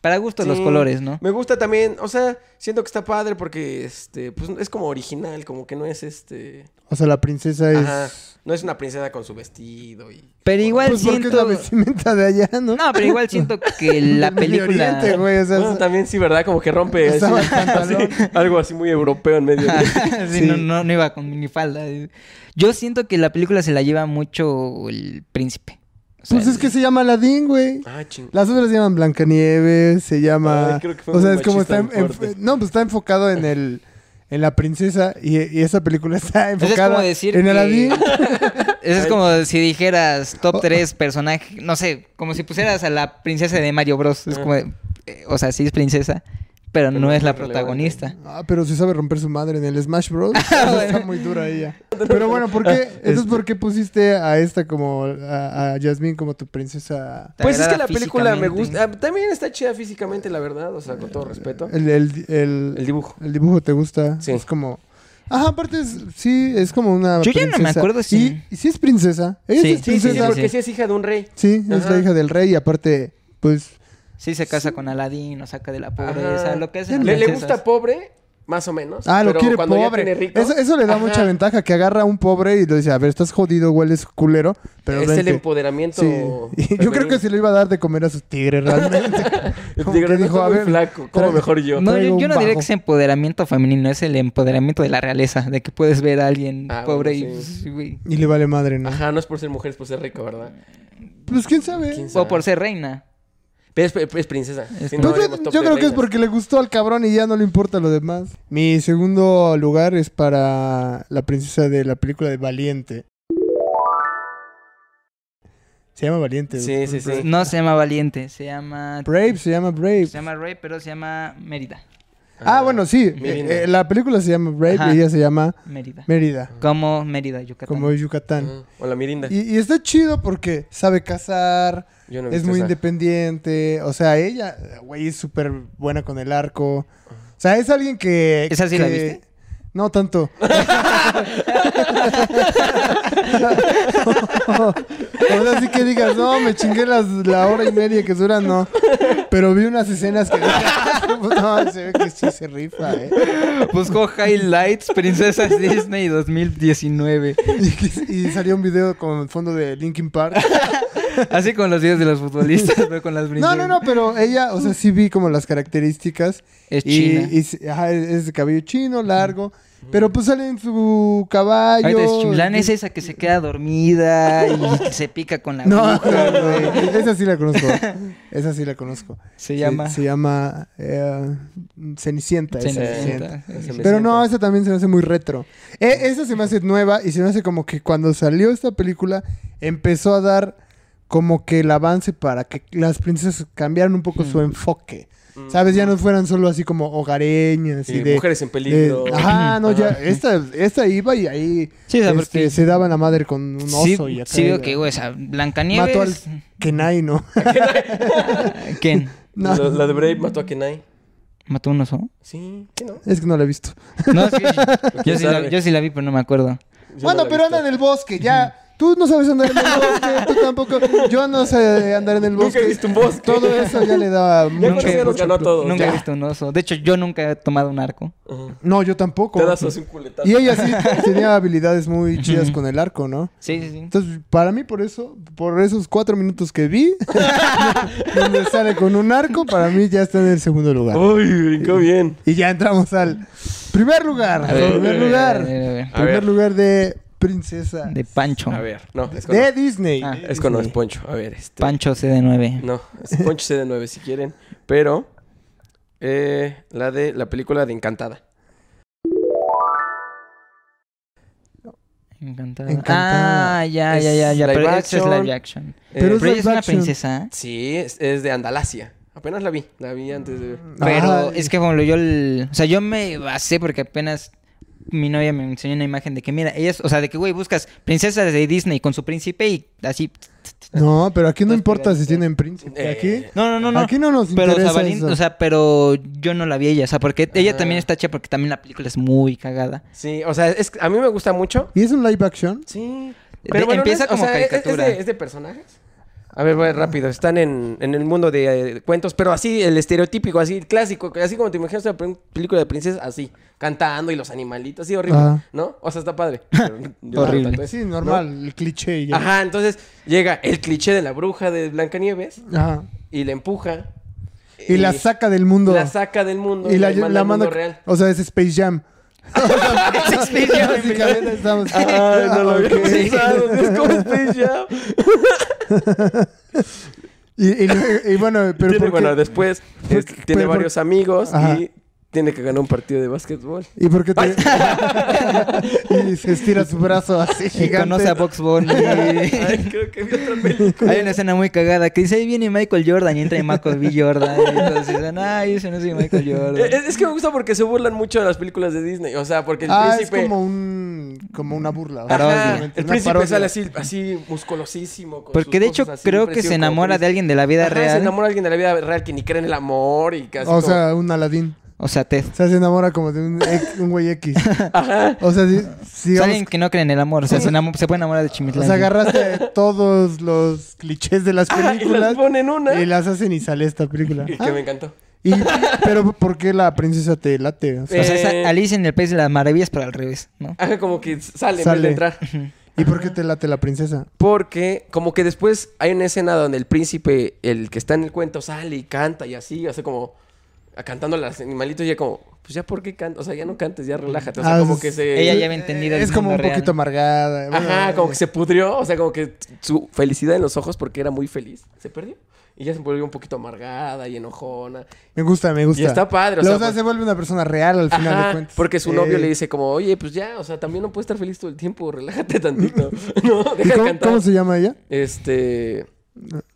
C: para gusto los
B: Sí.
C: colores, ¿no?
B: Me gusta también, o sea, siento que está padre porque este, pues es como original, como que no es este.
A: O sea, la princesa es.
B: Ajá. No es una princesa con su vestido y.
C: Pero igual
A: Pues porque es la
C: siento.
A: vestimenta de allá, ¿no?
C: No, pero igual siento que la
A: Del Medio
C: película.
A: Oriente, güey, o sea,
B: Bueno, también sí, ¿verdad? Como que rompe así-
A: Usaba el pantalón.
B: así, algo así muy europeo en medio.
C: Sí,
A: Sí.
C: No, no, no iba con minifalda. Yo siento que la película se la lleva mucho el príncipe. O sea,
A: Pues es que se llama Aladdin, güey.
B: Ah, ching.
A: Las otras se llaman Blancanieves, se llama.
B: Ay, creo que fue
A: o sea,
B: muy
A: es como está.
B: machista,
A: en-
B: muy fuerte.
A: en- No, pues está enfocado en el. en La Princesa y, y esa película está
C: Eso Pues es
A: enfocada
C: como decir
A: en
C: que-
A: Aladdin.
C: Eso es como si dijeras
B: Oh.
C: top 3 personajes, no sé, como si pusieras a la princesa de Mario Bros. Es como, de, eh, o sea, sí es princesa, pero no es la protagonista.
A: Ah, pero se sabe romper su madre en el Smash Bros. Eso está muy dura ella. Pero bueno, ¿por qué? Entonces, ¿por
B: Este
A: qué pusiste a esta como a, a Jasmine como tu princesa?
C: Te
B: Pues es que
C: agrada
B: la película me
C: físicamente.
B: gusta. Ah, También está chida físicamente, la verdad. O sea, con todo respeto.
A: El, el, el-
B: El dibujo.
A: el dibujo te gusta.
B: Sí.
A: Es como. Ajá, aparte es- sí, es como una.
C: Yo ya no me
A: princesa.
C: acuerdo si-
A: Y, y sí es princesa. Ella sí,
C: Sí,
A: es
B: Sí, sí, sí,
A: princesa.
B: porque
C: sí.
B: sí Pues es hija de un rey.
A: Sí, es
B: Ajá.
A: la hija del rey y aparte, pues.
C: Sí se casa con Aladdin, lo saca de la pobreza,
B: Ajá.
C: lo que es
B: le, le gusta pobre, más o menos.
A: Ah, lo
B: pero
A: quiere
B: cuando ya
A: pobre.
B: tiene rico,
A: eso, eso le da
B: ajá,
A: mucha ventaja, que agarra a un pobre y le dice, a ver, estás jodido, hueles culero. Pero
B: es
A: ven
B: el
A: que-
B: empoderamiento.
A: Sí. Y Yo creo que
B: femenino.
A: se le iba a dar de comer a sus tigres realmente.
B: El
A: Como
B: tigrón
A: que
B: está muy flaco, como
A: tra-
B: mejor yo.
C: No,
A: traigo
C: yo, yo
A: un
C: no diría
A: bajo.
C: que es empoderamiento femenino, es el empoderamiento de la realeza, de que puedes ver a alguien
B: Ah,
C: pobre
B: bueno,
C: y...
B: sí.
C: pues, güey,
A: Y le vale madre, ¿no?
B: Ajá, no es por ser mujer, es por ser rico, ¿verdad?
A: Pues quién sabe.
B: ¿Quién sabe?
C: O por ser reina.
B: Pero es, es princesa.
C: Es
B: Si
A: Pues
B: no,
A: yo
B: haríamos top
A: yo
B: de
A: creo que es
B: reinas.
A: porque le gustó al cabrón y ya no le importa lo demás. Mi segundo lugar es para la princesa de la película de Valiente. Se llama Valiente.
B: Sí, sí, sí.
C: No se llama Valiente, se llama...
A: Brave, se llama Brave.
C: Se llama Rey, pero se llama Mérida.
A: Ah, bueno, sí.
B: Mérida.
A: Eh, eh, la película se llama Brave
C: Ajá.
A: y ella se llama
C: Mérida.
A: Mérida,
C: Como Mérida, Yucatán. Mm,
A: como Yucatán.
B: Ajá. O la Mirinda.
A: Y, y está chido porque sabe cazar,
B: Yo no he
A: es
B: visto
A: muy
B: esa.
A: independiente. O sea, ella, güey, es súper buena con el arco. O sea, es alguien que.
C: Ah. ¿Esa sí
A: que-
C: la viste?
A: No tanto. Ahora sí que digas, no, me chingué las, la hora y media que dura, no. Pero vi unas escenas que no, se ve que sí se rifa, eh.
C: Buscó Highlights Princesas Disney 2019.
A: Y, y salió un video con fondo de Linkin Park.
C: Así con los videos de los futbolistas, pero con las
A: No,
C: princesas.
A: no, no, pero ella, o sea, sí vi como las características.
C: Es
A: Y-
C: china.
A: y se- ajá, es es de cabello chino, largo. Pero pues sale en su caballo.
C: Ahorita es chimlán, es esa que se queda dormida y se pica con la
A: No, no,
C: aguja, güey.
A: no, esa sí la conozco. Esa sí la conozco.
C: Se llama
A: Se, llama eh, Cenicienta. es Cenicienta.
C: Cenicienta.
A: Pero no, esa también se me hace muy retro. E- esa se me hace nueva y se me hace como que cuando salió esta película empezó a dar como que el avance para que las princesas cambiaran un poco
B: Mm.
A: su enfoque. ¿Sabes? Ya no fueran solo así como hogareñas y
B: Sí,
A: de...
B: Mm. mujeres en
A: de-
B: peligro.
A: ajá, no, ya,
B: Ajá.
A: esta, esta iba y ahí
C: Sí, o sea,
A: este,
C: porque-
A: se daban la madre con un oso
C: Sí,
A: y acá
C: sí veo
A: era-
C: que, güey, o sea,
A: Mató al
C: Blancanieves.
A: Kenai, ¿no?
C: ¿Quién?
A: No.
B: La, la de Brave mató a Kenai.
C: ¿Mató un oso?
B: Sí, sí, ¿no?
A: Es que no la he visto.
C: No, sí. Yo sí, la,
B: sabe?
C: yo sí la vi, pero no me acuerdo.
B: Yo
A: bueno,
B: no la he
A: pero
B: visto.
A: anda en el bosque, ya. Tú no sabes andar en el bosque, tú tampoco. Yo no sé andar en el
B: Nunca he
A: bosque.
B: visto un bosque.
A: Todo eso ya le daba
B: Ya
A: mucho.
B: con eso ya nos ganó a todos.
C: Nunca
B: ya.
C: he visto un oso. De hecho, yo nunca he tomado un arco.
B: Ajá.
A: No, yo tampoco.
B: Te das así un culetazo.
A: Y ella sí tenía habilidades muy chidas con el arco, ¿no?
C: Sí, sí, sí.
A: Entonces, para mí, por eso, por esos cuatro minutos que vi, donde sale con un arco, para mí ya está en el segundo lugar.
B: Uy, brincó bien.
A: Y ya entramos al primer lugar.
C: A ver,
A: primer
B: a ver,
A: lugar.
C: a ver, a ver.
B: A
A: Primer
B: ver.
A: lugar de Princesa.
C: De Pancho.
B: A ver, no, es con,
A: De Disney.
C: Ah,
B: es con no, es Poncho. A ver, este.
C: Pancho CD9.
B: No, es Poncho CD9 si quieren. Pero, eh, la de la película de Encantada.
C: Encantada.
A: Encantada.
C: Ah, ya,
B: Es
C: ya, ya, ya.
B: live
C: Pero esa es
B: action.
C: live action.
A: Pero
C: Pero,
A: es live
C: ella es una
A: action.
C: princesa.
B: Eh, Sí, es, es de Andalasia. Apenas la vi. La vi antes de.
C: Pero
A: Ah,
C: es que, por ejemplo, yo. el- O sea, yo me basé porque apenas mi novia me enseñó una imagen de que, mira, ellas. O sea, de que, güey, buscas princesas de Disney con su príncipe y así.
A: No, pero aquí no
C: Dos
A: importa si
C: piratas.
A: tienen príncipe.
B: Eh,
A: Aquí,
C: No, no, no, no.
A: aquí no nos
C: Pero, o sea,
A: interesa
C: Valin-
A: eso.
C: o sea, pero yo no la vi a ella. O sea, porque ella
B: Ah.
C: también está hecha porque también la película es muy cagada.
B: Sí, o sea, es, a mí me gusta mucho.
A: ¿Y es un live action?
B: Sí.
C: De- empieza
B: no es- o
C: como
B: sea, es-
C: caricatura.
B: Es, de, es de personajes? A ver, voy rápido. Están en, en el mundo de eh, cuentos, pero así, el estereotípico, así, clásico. Así como te imaginas una prim- película de princesas, así. Cantando y los animalitos, así horrible.
A: Ah.
B: ¿No? O sea, está padre. pero yo no
C: Horrible.
B: tanto eso,
A: Sí,
B: ¿no?
A: normal, el cliché. y Ya.
B: Ajá, entonces llega el cliché de la bruja de Blancanieves
A: Ajá.
B: y la empuja.
A: Y, la saca del mundo.
B: Eh, La saca del mundo.
A: y la,
B: manda
A: la
B: al mundo
A: manda.
B: real.
A: O sea, es Space Jam. Básicamente estamos. Ah,
B: Ay, no lo había
A: Ok.
B: pensado. Es como Space Jam.
A: Y, y luego- y bueno, pero.
B: Tiene-
A: ¿por qué?
B: bueno, después
A: ¿Por
B: es-
A: qué?
B: tiene
A: Pero por-
B: varios amigos
A: Ajá.
B: y Tiene que ganar un partido de básquetbol.
A: ¿Y por qué te... y se estira su brazo así
C: Y
A: gigante.
C: conoce a Box Bunny.
B: Ay, creo que vi otra película.
C: Hay una escena muy cagada que dice, ahí viene Michael Jordan y entra Michael B. Jordan. Y entonces dicen, ay, ese no es Michael
B: Eh,
C: Jordan.
B: Es, es que me gusta porque se burlan mucho de las películas de Disney. O sea, porque el
A: Ah,
B: príncipe.
A: es como un... Como una burla.
B: Ajá,
A: básicamente,
B: el
A: una
B: príncipe
A: parodia.
B: sale así, así musculosísimo. con
C: Porque
B: sus
C: de hecho
B: cosas así,
C: creo que se
B: impresión
C: enamora
B: como
C: de alguien de la vida
B: Ajá, Se
C: real.
B: enamora alguien de la vida real que ni cree en el amor y casi.
A: O sea, un Aladín.
C: O sea, Ted.
A: O sea, se enamora como de un, ex- un güey X. O sea, si, si
C: Es
A: digamos-
C: alguien que no cree en el amor. O sea, se, enamo- se puede enamorar de
A: o
C: Chimitlán.
A: sea, agarraste todos los clichés de las
B: Ajá, y
A: películas
B: las ponen una.
A: y Ah.
B: Y,
A: las hacen y sale esta película.
B: que me encantó.
A: Y, pero ¿por qué la princesa te late? O sea,
C: O sea, es
B: Eh.
C: Alicia en el País de las Maravillas, pero al revés, ¿no?
B: Ajá, como que sale, en vez
A: Sale.
B: de entrar.
A: ¿Y por qué te late la princesa?
B: Porque, como que después hay una escena donde el príncipe, el que está en el cuento, sale y canta y así, o sea, como a- cantando a los animalitos, y ya como, pues ya, ¿por qué canta? O sea, ya no cantes, ya relájate. O sea,
A: Ah,
B: como
A: es-
B: que se.
C: Ella ya había entendido el
A: Es como un
C: mundo real.
A: poquito amargada. Bueno,
B: Ajá, como que se pudrió, o sea, como que t- su felicidad en los ojos porque era muy feliz, se perdió. Y ya se volvió un poquito amargada y enojona.
A: Me gusta, me gusta.
B: Y está padre, o
A: o sea,
B: sea, pues-
A: se vuelve una persona real al final
B: Ajá,
A: de cuentas.
B: porque su novio
A: Eh,
B: le dice como, oye, pues ya, o sea, también no puedes estar feliz todo el tiempo, relájate tantito. no, deja
A: ¿Y
B: de
A: cómo,
B: cantar.
A: cómo se llama ella?
B: Este...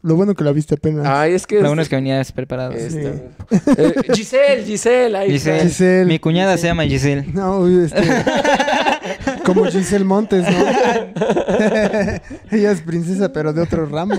A: Lo bueno que la viste apenas.
B: Ay, es que...
C: Lo
B: es-
C: bueno es que venías preparado.
B: este- Eh, Giselle, Giselle, ahí está.
C: Giselle.
A: Giselle.
C: Mi cuñada se llama Giselle.
A: No, este... como Giselle Montes, ¿no? ella es princesa, pero de otro ramo.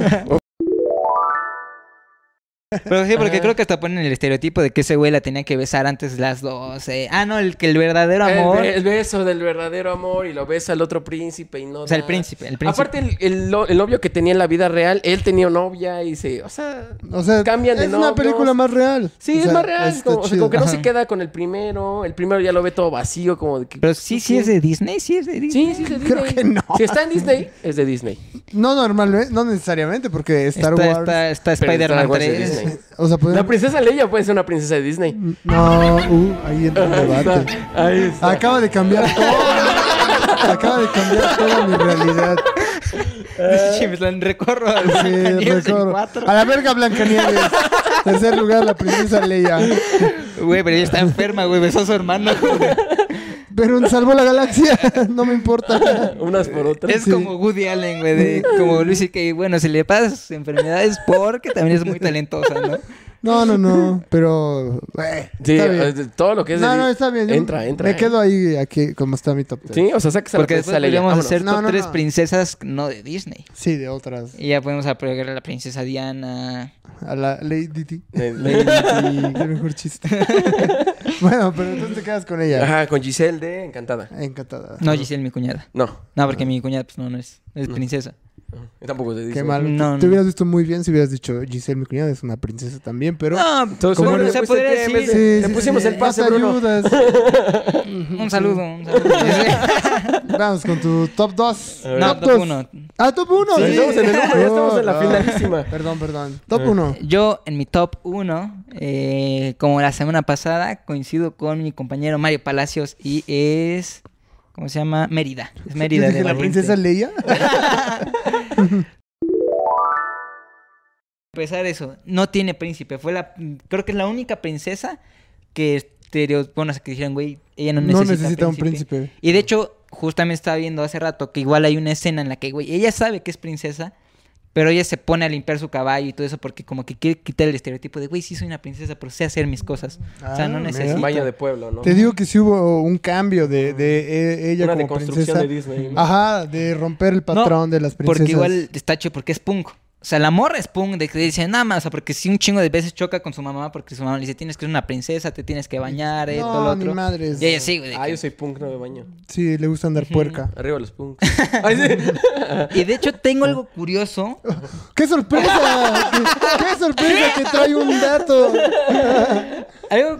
C: Pero sí, porque
B: Ajá.
C: creo que hasta ponen el estereotipo de que ese güey la tenía que besar antes de las 12. Ah, no, el que el verdadero
B: El
C: amor.
B: be- El, beso del verdadero amor y lo besa al otro príncipe y no.
C: O sea, el
B: da.
C: príncipe, el príncipe.
B: Aparte, el, el, lo- el novio que tenía en la vida real, él tenía novia y se. O sea.
A: O sea,
B: Cambian de
A: es una
B: novios.
A: película más real.
B: Sí,
A: O
B: es
A: sea,
B: más real.
A: está
B: Como, o sea, como
A: chido.
B: que no
C: Ajá.
B: se queda con el primero. El primero ya lo ve todo vacío, como de que.
C: Pero sí, sí es de Disney, sí es de
B: Sí,
C: Disney.
B: sí, es de Disney.
A: Creo que no.
B: Si está en Disney, es de Disney.
A: No normalmente, no necesariamente, porque Star
C: está,
A: Wars.
C: está, está
B: Pero
C: Spider-Man
B: Star Wars es
C: 3.
B: Disney.
A: O sea,
B: La
A: podemos-
B: princesa Leia puede ser una princesa de Disney.
A: No, uh, ahí entra un
B: Ahí está,
A: debate.
B: ahí está.
A: Acaba de cambiar todo. Acaba de cambiar toda mi realidad.
C: Chimislán, recorro al
A: Sí,
C: Blancanieves en
A: mejor.
C: cuatro.
A: A la verga Blancanieves. Tercer lugar, la princesa Leia.
C: Güey, pero ella está enferma, güey. Besó a su hermano. güey.
A: Pero salvó la galaxia. No me importa.
B: Unas por otras.
C: Es como Woody Allen, güey. de- Como Luis y que, bueno, si le pasa sus enfermedades porque también es muy talentosa, ¿no?
A: No, no, no. Pero. eh,
B: Sí,
A: está bien.
B: eh, todo lo que es. de
A: No, no,
B: Di-
A: está bien. Yo
B: Entra, entra. eh.
A: Me quedo ahí, aquí, como está mi top ten.
B: Sí, o sea, sacas a la
C: Porque
B: princesa
C: después
B: Leia.
C: podríamos
B: vámonos.
C: hacer
A: No,
C: top
A: no,
C: tres
A: no.
C: princesas no de Disney.
A: Sí, de otras.
C: Y ya podemos apoyar a la princesa Diana.
A: A la Lady T.
B: Eh,
A: Lady
B: Leia.
A: T. Qué mejor chiste. bueno, pero entonces te quedas con ella.
B: Ajá, con Giselle de Encantada.
A: Encantada.
C: No, Giselle, mi cuñada.
B: No,
C: No, porque mi cuñada, pues no, no es, es princesa.
B: tampoco se dice.
A: Qué mal.
C: No,
A: Te
C: no.
A: hubieras visto muy bien si hubieras dicho Giselle, mi cuñada, es una princesa también, pero.
C: No,
B: Entonces,
C: como
B: bueno,
C: se
B: pues,
C: podría
B: ¿qué?
C: decir,
B: En vez de- le pusimos el pase,
A: Basta
B: Bruno.
A: ayudas.
C: un saludo, un saludo.
A: Vamos con tu top 2.
B: ver.
C: no,
A: dos.
C: top uno.
A: Ah, top 1.
B: Sí, estamos en el uno, ya estamos en la finalísima.
A: Perdón, perdón. Top 1.
C: Yo en mi top 1, como la semana pasada, coincido con mi compañero Mario Palacios y es... ¿Cómo se llama? Mérida. Es Mérida. de
A: dije la
C: Valiente.
A: princesa Leia.
C: pesar eso, no tiene príncipe. Fue la, creo que es la única princesa que estereo, bueno, que dijeron, güey, ella no
A: No
C: necesita,
A: necesita un príncipe.
C: Y de hecho, justamente estaba viendo hace rato que igual hay una escena en la que, güey, ella sabe que es princesa, pero ella se pone a limpiar su caballo y todo eso porque como que quiere quitar el estereotipo de, güey, sí soy una princesa, pero sé hacer mis cosas. o sea,
A: Ah,
C: no
A: mira.
C: necesito.
B: Baño de pueblo, ¿no?
A: Te digo que sí hubo un cambio de, de eh, ella
B: Una
A: como princesa.
B: deconstrucción
A: Ah.
B: de Disney. ¿no?
A: Ajá, de romper el patrón de las princesas.
C: Porque igual está chido porque es punk. O sea, la morra es punk de que dice nada más, o sea, porque sí un chingo de veces choca con su mamá porque su mamá le dice, tienes que ser una princesa, te tienes que bañar, eh, todo lo
A: No, ni
C: otro.
A: madres.
C: Y ella sí, güey. de
B: Ah,
C: que-
B: yo soy punk, no me baño.
A: Sí, le gusta andar puerca.
B: Arriba los punks. Ay, sí.
C: Y de hecho tengo algo curioso.
A: ¡Qué sorpresa! ¡Qué, qué sorpresa que trae un dato!
C: Algo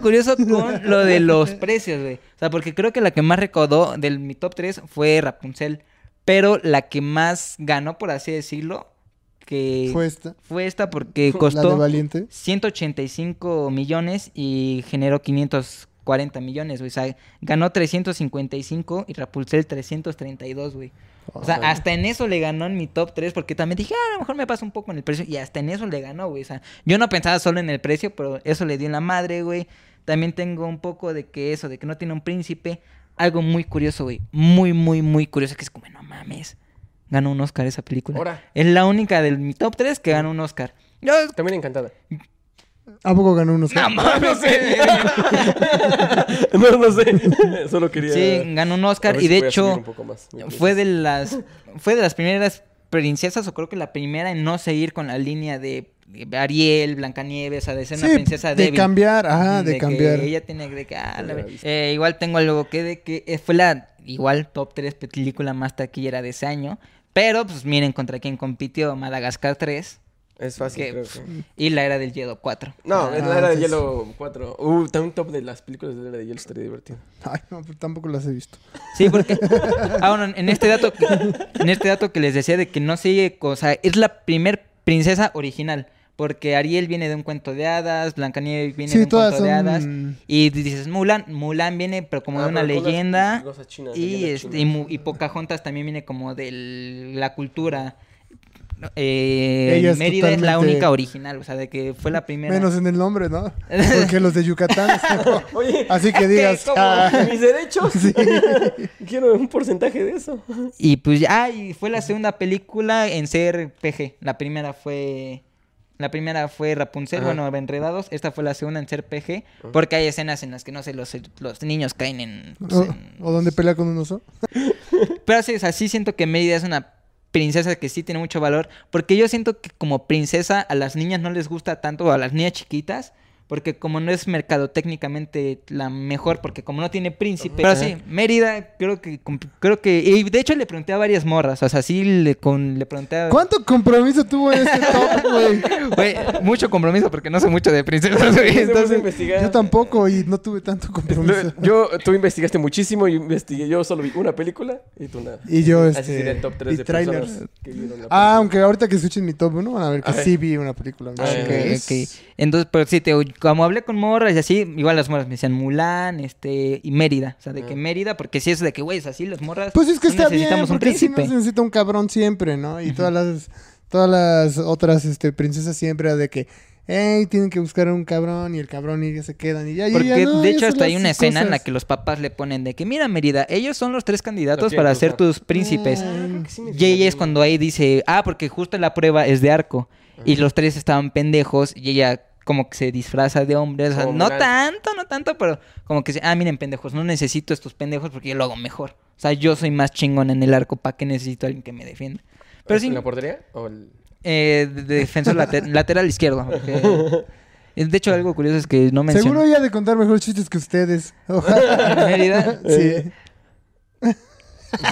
C: curioso con lo de los precios, güey. O sea, porque creo que la que más recaudó del mi top 3 fue Rapunzel. Pero la que más ganó, por así decirlo, que
A: Fue
C: fue,
A: esta.
C: esta porque
A: La de
C: costó
A: Valiente.
C: 185 millones y generó 540 millones, güey. O sea, ganó 355 y Rapunzel 332, güey. O sea, hasta en eso le ganó en mi top 3 porque también dije, ah, a lo mejor me pasa un poco en el precio y hasta en eso le ganó, güey. O sea, yo no pensaba solo en el precio, pero eso le dio en la madre, güey. También tengo un poco de que eso, de que no tiene un príncipe. Algo muy curioso, güey. Muy, muy, muy curioso que es como, no mames. Ganó un Oscar esa película.
B: Ahora.
C: Es la única del mi top 3 que ganó un Oscar. Yo...
B: También encantada.
A: ¿A poco ganó unos?
C: No mames.
B: No, no sé. Solo quería.
C: Sí, ganó un
B: A
C: Oscar
B: ver
C: y
B: si
C: de
B: voy a subir
C: hecho
B: un poco más.
C: fue de las fue de las primeras princesas o creo que la primera en no seguir con la línea de Ariel, Blancanieves, o sea, de ser una
A: Sí,
C: princesa
A: de
C: débil. Mm,
A: cambiar, ajá, de,
C: que
A: cambiar.
C: ella tiene que... que- ah, la
B: Ya
C: ver-
B: viste.
C: Eh, igual tengo algo que de que eh, fue la igual top 3 película más taquillera de ese año. Pero pues miren contra quién compitió Madagascar 3
B: Es fácil,
C: que-
B: creo que.
C: y la era del Yedo 4.
B: No,
A: Ah,
B: es la era de
A: entonces-
B: Hielo 4. Uh, también top de las películas de la era de Hielo estaría divertido.
A: Ay, no, pero tampoco las he visto.
C: Sí, porque ah, bueno, en este dato que, en este dato que les decía de que no sigue, o sea, es la primer princesa original, porque Ariel viene de un cuento de hadas, Blancanieves viene
A: Sí,
C: de un
A: todas
C: cuento de
A: son- mm,
C: hadas y dices Mulan, Mulan viene pero como
B: Ah,
C: de una
B: pero con las-
C: leyenda
B: cosas chinas,
C: y
B: leyendas
C: este y,
B: chinas.
C: Mu- y Pocahontas también viene como de la cultura eh,
A: Ella es
C: Mérida es la
A: totalmente-
C: única original, o sea, de que fue la primera.
A: Menos en el nombre, ¿no? Porque los de Yucatán. ¿no?
B: Oye,
A: Así que
B: ¿qué?
A: digas,
B: ¿Cómo?
A: ah.
B: ¿Mis derechos?
A: Sí.
B: Quiero un porcentaje de eso.
C: Y pues ya, ah, y fue la segunda película en ser PG. La primera fue. La primera fue Rapunzel,
B: Ajá.
C: bueno, Enredados. Esta fue la segunda en ser PG. Porque hay escenas en las que, no sé, los, los niños caen en. pues,
A: O,
C: en-
A: o donde pelea con un oso.
C: Pero sí, o sea, sí siento que Mérida es una princesa que sí tiene mucho valor. Porque yo siento que como princesa a las niñas no les gusta tanto, o a las niñas chiquitas. Porque como no es mercadotécnicamente la mejor, porque como no tiene príncipe. Pero sí, Mérida creo que... comp- creo que Y de hecho le pregunté a varias morras, o sea, sí le, con, le pregunté a...
A: ¿Cuánto compromiso tuvo en este top, güey?
C: Güey, mucho compromiso porque no sé mucho de princesas. güey,
B: Entonces,
C: entonces-
B: investigar.
A: Yo tampoco y no tuve tanto
B: Lo-
A: compromiso.
B: Yo, tú investigaste muchísimo, yo investigué, yo solo vi una película y tú nada.
A: Y yo,
B: Así
A: este,
B: sería el top 3
A: y
B: de
A: trailers.
B: personas que vieron la
A: Ah,
B: película.
A: aunque ahorita que escuchen mi top 1 van a ver que
B: A ver.
A: sí vi una película.
B: Ah,
C: Ok,
A: ¿Qué
C: ok.
A: es?
C: Entonces, pero sí, te, como hablé con morras y así, igual las morras me decían Mulan, este, y Mérida. O sea, de que
B: Ah.
C: Mérida, porque si es de que, güey, es así, las morras.
A: Pues es que
C: no
A: está bien,
C: necesitamos un
A: porque sí nos
C: príncipe.
A: necesita un cabrón siempre, ¿no? Y todas las todas las otras este, princesas siempre era de que, hey, tienen que buscar a un cabrón y el cabrón y ya se quedan y ya. y
C: Porque
A: ya no,
C: de
A: ya
C: hecho
A: son
C: hasta hay
A: las
C: una
A: sus
C: escena en la
A: cosas.
C: que los papás le ponen de que mira Mérida, ellos son los tres candidatos
B: Ok,
C: para
B: pues,
C: ser
B: ah.
C: tus príncipes.
B: Ah, creo que sí me
C: Y ella es
B: dijeron.
C: cuando ahí dice, ah, porque justo la prueba es de arco. Y los tres estaban pendejos y ella como que se disfraza de hombre. O sea,
B: Como
C: no
B: Mulan.
C: tanto, no tanto, pero como que, se- ah, miren pendejos, no necesito estos pendejos porque yo lo hago mejor. O sea, yo soy más chingón en el arco, ¿para qué necesito a alguien que me defienda? Pero sí,
B: ¿La portería? ¿O el-
C: eh, de- de defensor late- lateral izquierdo. porque- De hecho, algo curioso es que no mencioné.
A: Seguro ella ha de contar mejores chistes que ustedes. Ojalá.
C: Mérida.
B: Eh.
A: sí.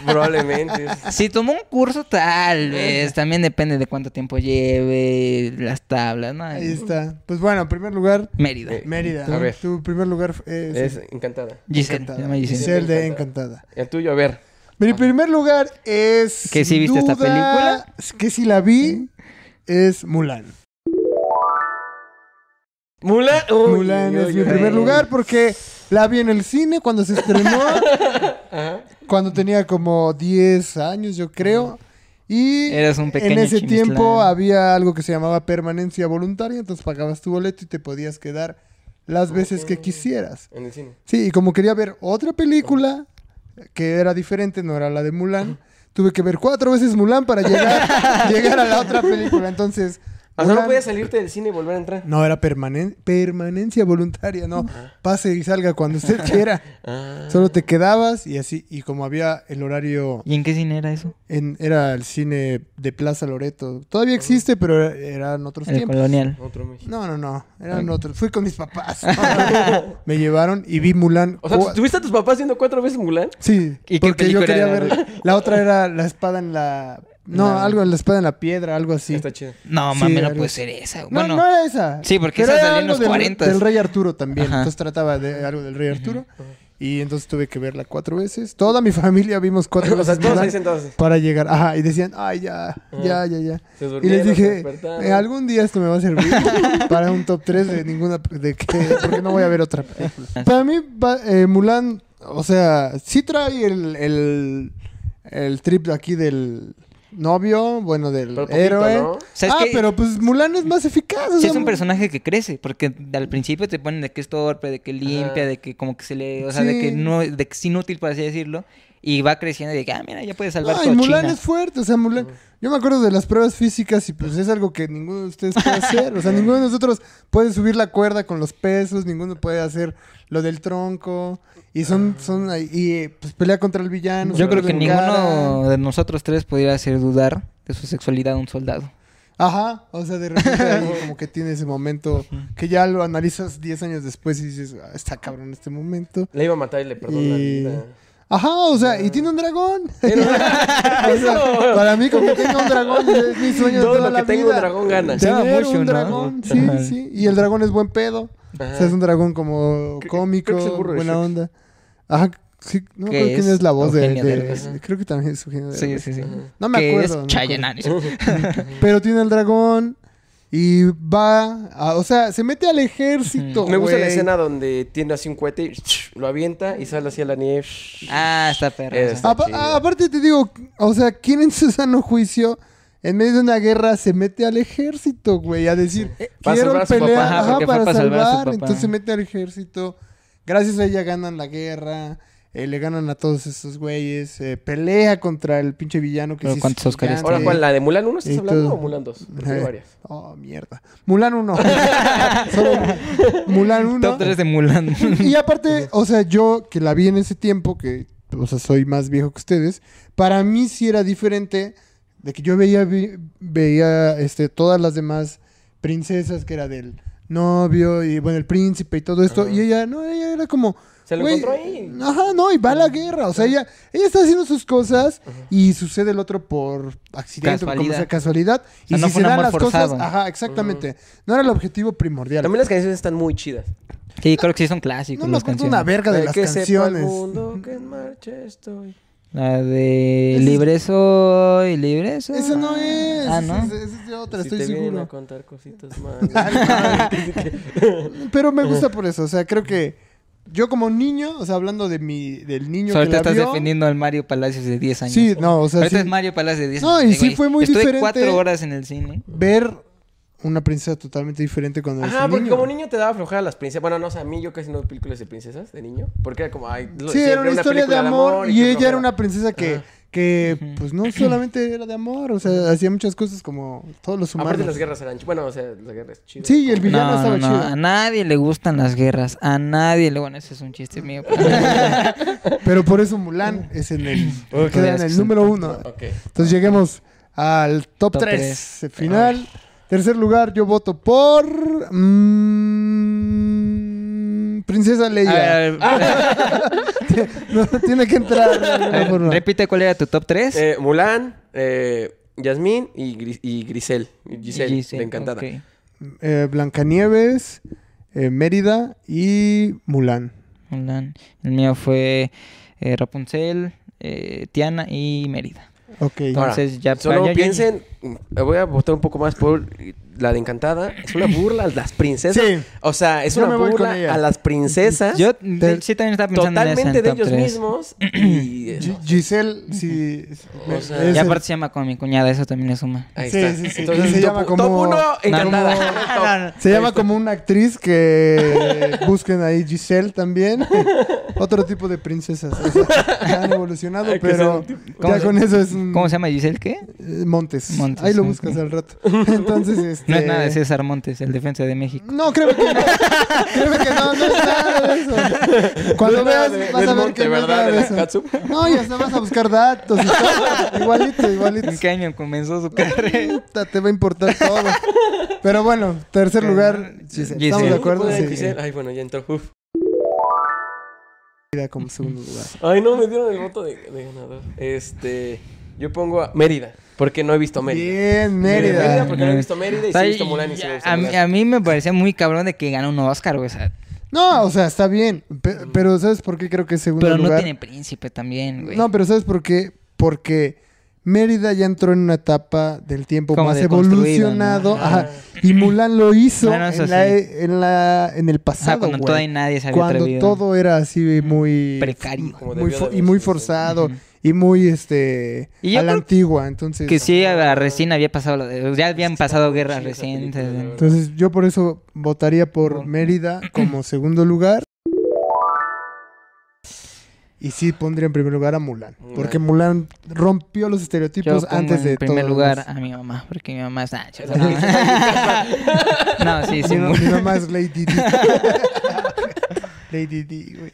B: Probablemente.
C: Si tomó un curso, tal vez. También depende de cuánto tiempo lleve, las tablas, ¿no?
A: Ahí está. Pues bueno, en primer lugar,
C: Mérida.
B: Eh,
A: Mérida.
B: A ver.
A: Tu primer lugar
B: Es
A: es,
B: encantada.
C: Giselle,
A: Encantada.
C: se llama Giselle.
A: Giselle de
B: Encantada.
A: Encantada.
B: El tuyo, a ver.
A: Mi primer lugar es.
C: ¿Que sí
A: sin
C: viste esta
A: duda, Que si la vi, es Mulan.
B: Mulan. Uy,
A: Mulan
B: uy,
A: es
B: uy,
A: mi
B: uy.
A: primer lugar porque la vi en el cine cuando se estrenó,
B: Ajá.
A: cuando tenía como 10 años, yo creo. Y
C: Eras un pequeño
A: en ese
C: Chimistán.
A: tiempo había algo que se llamaba permanencia voluntaria, entonces pagabas tu boleto y te podías quedar las veces que quisieras.
B: En el cine.
A: Sí, y como quería ver otra película que era diferente, no era la de Mulan, tuve que ver cuatro veces Mulan para llegar, llegar a la otra película. Entonces,
B: O sea, no
A: Mulan- Mm.
B: podías salirte del cine y volver a entrar.
A: no, era permanen- permanencia voluntaria, no. Pase y salga cuando usted quiera.
B: Ah.
A: Solo te quedabas y así. Y como había el horario,
C: ¿Y en qué cine era eso?
A: en, era el cine de Plaza Loreto. Todavía existe, pero era- eran otros
C: El
A: tiempos.
C: colonial.
B: Otro México.
A: No, no, no. Eran otros. Fui con mis papás. Me llevaron y vi Mulan.
B: O sea, ¿tú-
A: cua-
B: ¿tuviste a tus papás viendo cuatro veces Mulan?
A: Sí,
C: ¿Y qué
A: porque yo
C: película
A: quería
C: era?
A: ver. La otra era la espada en la. No,
C: La-
A: algo en la espada en la piedra, algo así.
B: Está chido.
C: No,
A: Sí,
C: mami, no
A: algo
C: puede
A: así.
C: ser esa.
A: No,
C: bueno,
A: no era esa.
C: Sí, porque
A: Pero
C: esa
A: era
C: salió en
A: algo
C: los
A: del-
C: 40.
A: Del, Rey Arturo también.
C: Ajá.
A: Entonces trataba de algo del Rey Arturo. Y entonces tuve que verla cuatro veces. Toda mi familia vimos cuatro
B: O sea,
A: veces.
B: todos
A: Mulan
B: ahí sentados.
A: Para llegar. Ajá, y decían, ay, ya, ya, ya, ya.
B: Se
A: Y les
B: durmieron, se
A: dije,
B: despertaron.
A: "Eh, algún día esto me va a servir para un top 3 de ninguna. De que, porque no voy a ver otra película. Para mí, va- eh, Mulan, o sea, sí trae el, el, el trip aquí del novio, bueno, del
B: Pero poquito,
A: héroe.
B: ¿no?
C: ¿Sabes
A: ah,
C: qué?
A: pero pues Mulan es más eficaz. o
C: Sí,
A: sea,
C: es un personaje que crece, porque al principio te ponen de que es torpe, de que limpia,
B: Ajá.
C: de que como que se le, o sea, de que
A: Sí.
C: no, de que es inútil, por así decirlo, y va creciendo y de que, ah, mira, ya puedes salvar
A: Ay,
C: tu
A: Mulan
C: China.
A: es fuerte, o sea, Mulan. Yo me acuerdo de las pruebas físicas y pues es algo que ninguno de ustedes puede hacer. O sea, ninguno de nosotros puede subir la cuerda con los pesos, ninguno puede hacer lo del tronco. Y
B: Ah.
A: son, son ahí- y eh, pues pelea contra el villano.
C: Yo
A: se
C: creo que
A: vuelve en
C: ninguno de nosotros tres podría hacer dudar de su sexualidad a un soldado.
A: cara. Ajá, o sea, de repente ahí como que tiene ese momento que ya lo analizas 10 años después y dices, "Ah, está cabrón este momento.
B: Le iba a matar y le perdonó la
A: Y-
B: vida.
A: Ajá, o sea, y tiene un dragón.
B: Pero-
A: O sea,
B: Eso.
A: para mí como que tenga un dragón es mi sueño de
B: Todo
A: toda
B: lo que
A: la
B: tenga
A: vida.
B: un dragón gana.
C: Sí.
A: Tener
C: mucho,
A: un
C: ¿no?
A: dragón,
C: Ajá.
A: sí, sí. Y el dragón es buen pedo.
B: Ajá.
A: O sea, es un dragón como
B: Creo-
A: cómico,
B: creo que es el burro de
A: buena
B: Shrek.
A: onda. Ajá, sí, no
C: Que
A: creo quién
C: es
A: es la voz de,
C: Eugenio
A: de-
C: Derbez.
A: de- Creo que también es Eugenio
C: Sí,
A: Derbez.
C: sí, sí.
A: No me
C: que
A: acuerdo. no me
C: es Chayanne.
A: acuerdo.
C: ah, no es cierto.
A: Pero tiene el dragón y va, a- o sea, se mete al ejército.
B: Me gusta la
A: güey.
B: escena donde tiene así un cohete, y lo avienta y sale hacia la nieve.
C: Ah, está perro.
B: Es-
C: esa.
A: Apa-
B: chida.
A: aparte te digo, o sea, ¿quién en su sano juicio en medio de una guerra se mete al ejército, güey? A decir,
C: Eh,
B: Para
A: quiero
B: salvar a su
A: pelear
B: papá.
A: ajá,
C: Ajá, porque fue
A: para
C: para
A: salvar,
C: salvar a su papá.
A: entonces se mete al ejército. Gracias a ella ganan la guerra, eh, le ganan a todos esos güeyes, eh, pelea contra el pinche villano que
C: Pero
A: sí es
C: ¿cuántos Óscares
A: gigante.
B: Ahora, ¿cuál? ¿La de Mulan 1 estás
A: Y
B: hablando
A: todo.
B: o Mulan 2? Porque hay
A: Ajá.
B: varias.
A: Oh, mierda. Mulan 1. Solo Mulan 1.
C: Top 3 de Mulan.
A: Y aparte, o sea, yo que la vi en ese tiempo, que, o sea, soy más viejo que ustedes, para mí sí era diferente de que yo veía, vi- veía este, todas las demás princesas, que era del novio y, bueno, el príncipe y todo esto,
B: Ajá.
A: y ella, no, ella era como...
B: Se lo
A: güey,
B: encontró ahí.
A: Ajá, no, y va a la guerra. O sea, ella, ella está haciendo sus cosas y sucede el otro por accidente, por como
C: Casualidad.
A: sea, casualidad.
C: O sea,
A: y
C: no
A: si
C: fue
A: se
C: un
A: dan
C: amor
A: las cosas,
C: forzado.
A: ajá, exactamente. No era el objetivo primordial.
B: También las canciones están muy chidas.
C: Sí, creo que sí son clásicos
A: No me
C: las
A: acuerdo una
C: canciones.
A: verga de
B: El
A: las
B: que sepa el
A: canciones.
B: mundo que en marcha estoy.
C: La de
A: Ese-
C: Libre soy, libre soy.
A: Esa no es.
C: Ah,
A: esa
C: ¿no?
A: es- Esa es de otra,
B: si
A: estoy
B: te vienen
A: seguro.
B: a contar cositas más.
A: Pero me gusta por eso. O sea, creo que yo como niño, o sea, hablando de mi, del niño que
C: So,
A: la
C: ahorita estás
A: vio,
C: defendiendo al Mario Palacios de 10 años.
A: Sí, no, o sea,
C: ahorita
A: sí,
C: es Mario Palacios de 10
A: No,
C: años.
A: y
C: Ay,
A: sí
C: güey,
A: fue muy
C: estuve
A: diferente.
C: cuatro horas en el cine.
A: ver una princesa totalmente diferente cuando eres
B: Ajá,
A: un
B: porque
A: niño.
B: como niño te daba flojera las princesas. Bueno, no, o sea, a mí yo casi no veo películas de princesas de niño. Porque era como, ay, lo de
A: Sí, era
B: siempre,
A: una historia de
B: película
A: amor, y
B: qué
A: ella
B: flojera.
A: era una princesa que,
B: Ajá.
A: que pues no solamente era de amor, o sea, hacía muchas cosas como todos los
B: Aparte, las
A: humanos.
B: guerras eran. ch- Bueno, o sea, las guerras chidas.
A: Sí, y el villano
C: No,
A: estaba
C: no, no,
A: chido.
C: a nadie le gustan las guerras, a nadie le... Bueno, ese es un chiste mío. pero-
A: Pero por eso Mulan es en el,
C: Ok.
A: queda en el número uno.
B: Ok.
A: Entonces lleguemos al top,
C: Top
A: 3
C: tres.
A: final. Tercer lugar, yo voto por. mm, Princesa
C: A ver,
A: Leia.
C: a ver, a
A: Ah,
C: ver,
A: No, tiene que entrar de alguna forma.
C: repite cuál era tu top 3.
B: Eh, Mulan, eh, Yasmín y, Gris- y Grisel. Y Giselle, de Encantada.
A: Eh, Blancanieves, eh, Mérida y Mulan.
C: El mío fue eh, Rapunzel, eh, Tiana y Mérida.
A: Ok.
B: Ahora,
C: Entonces, ya-
B: solo
C: ya- ya-
B: piensen, mm, voy a votar un poco más por la de Encantada. Es una burla a las princesas.
A: Sí.
B: O sea, es
A: Yo me
B: una
A: voy con
B: burla
A: ella.
B: a las princesas.
C: Yo Mm, de- sí también estaba pensando en esa,
B: totalmente
C: en
B: de
C: top
B: ellos
C: tres.
B: mismos. Y, eh,
A: Gi- Giselle, sí.
B: O sea,
A: es el-
C: Y aparte se llama con mi cuñada, eso también le suma.
B: ahí
A: Sí,
B: está.
A: sí, sí.
B: Entonces,
A: Se
B: top,
A: llama como-
B: top uno, Encantada. Top.
C: No, no, no.
A: Se llama como una actriz que busquen ahí Giselle también. Otro tipo de princesas. O sea, ya han evolucionado,
B: Hay que
A: pero
B: ser
A: ya
C: ¿Cómo se-
A: con eso es un...
C: ¿Cómo se llama Giselle? ¿Qué?
A: Eh, Montes.
C: Montes,
A: Ahí lo
C: ok.
A: buscas al rato. Entonces, este...
C: No es nada de César Montes, el defensa de México.
A: No, créeme que no. créeme que no, no es nada de eso. Cuando
B: No es nada
A: veas,
B: de-
A: vas
B: del
A: a ver
B: monte,
A: que no es
B: ¿verdad?
A: nada
B: De
A: de
B: la
A: eso.
B: Katsu.
A: No, y hasta vas a buscar datos. y todo. Igualito, igualito.
C: ¿En qué año comenzó su carrera?
A: Puta, Te va a importar todo. Pero bueno, tercer lugar, Giselle. ¿Estamos
C: Giselle.
A: de
B: Sí,
A: acuerdo?
B: ponen a
A: Sí.
B: Giselle. Ay, bueno, ya entró. Uf.
A: Mérida como segundo lugar.
B: Ay, no, me dieron el voto de, de ganador. Este, yo pongo a Mérida, porque no he visto Mérida.
A: Bien,
B: Mérida.
A: Mérida.
B: porque no he visto Mérida y sí he
C: Ay,
B: visto Mulan y sí me gusta
C: a, mí,
B: Mulan.
C: a mí me parecía muy cabrón de que ganó un Oscar, güey. o sea,
A: No, o sea, está bien. pe- pero ¿sabes por qué creo que es segundo
C: pero no
A: lugar?
C: tiene príncipe también, güey.
A: No, pero ¿sabes por qué? Porque Mérida ya entró en una etapa del tiempo
C: Como
A: más
C: deconstruido,
A: evolucionado.
B: Ah,
C: ¿no?
A: Ajá. Y Mulan lo hizo
C: Bueno, eso
A: en, la, e,
C: sí.
A: en, la- en el
C: o sea,
A: pasado.
C: cuando
A: güey.
C: todavía nadie se había
A: Cuando
C: atrevido.
A: todo era así muy
C: Precario.
B: Como
A: muy
B: debió
A: fo-
B: de
A: y muy
B: haberse, sí.
A: forzado.
C: Ujú.
A: y muy este
C: Y yo
A: a la
C: creo
A: antigua, entonces
C: Que sí, a la recién había pasado, lo de- ya habían pasado guerras
B: chida esa
C: recientes.
B: película, la verdad.
A: entonces yo por eso votaría por
C: Por-
A: Mérida como segundo lugar. Y sí pondría en primer lugar a Mulan,
B: Mulan.
A: porque Mulan rompió los
C: Yo
A: estereotipos
C: pongo
A: pues, antes de
C: en primer
A: todos
C: lugar
A: los-
C: a mi mamá, porque mi mamá es... Ah, chota, no. no, sí, sí.
A: Mi, ma-
C: muy-
A: mi mamá es Lady Di. Lady Di, güey.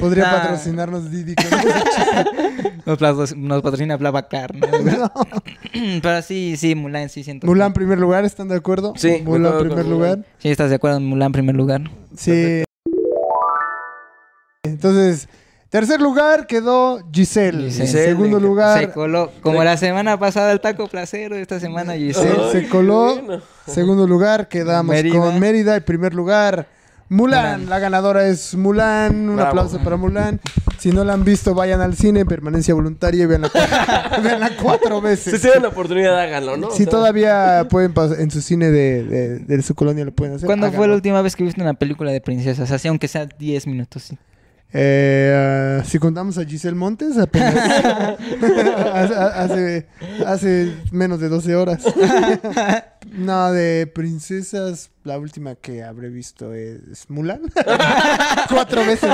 A: Podría
C: Nah.
A: patrocinarnos Didi con
C: Nos, plato- nos patrocina Blablacar, ¿no?
A: No.
C: Pero sí, sí, Mulan, sí siento. que-
A: Mulan primer lugar, ¿están de acuerdo?
B: Sí, me
A: Mulan
B: acuerdo
A: primer
B: con
A: lugar.
B: Mulan.
C: Sí, estás de acuerdo en Mulan primer lugar.
A: Sí. Entonces, tercer lugar quedó Giselle.
C: Giselle.
A: Segundo
B: Giselle,
A: lugar,
C: Se coló, como la semana pasada el taco placero, esta semana Giselle.
A: se-
B: Ay,
A: se
B: qué
A: coló.
B: bueno.
A: Segundo lugar quedamos
C: Mérida.
A: con Mérida. Y primer lugar, Mulan.
C: Mulan.
A: La ganadora es Mulan. Un
B: Bravo.
A: aplauso para Mulan. Si no la han visto, vayan al cine, permanencia voluntaria y veanla, cu- veanla cuatro
B: Si
A: veces.
B: tienen la oportunidad, háganlo, ¿no? O
A: si
B: sea,
A: todavía pueden pasar en su cine de, de- de su colonia, lo pueden hacer.
C: ¿Cuándo fue la
A: háganlo.
C: última vez que viste una película de princesas? Así, aunque sea 10 minutos. sí.
A: Eh, ah, si contamos a Giselle Montes, apenas. hace, hace- hace menos de 12 horas. no, de princesas, la última que habré visto es Mulan. Cuatro veces.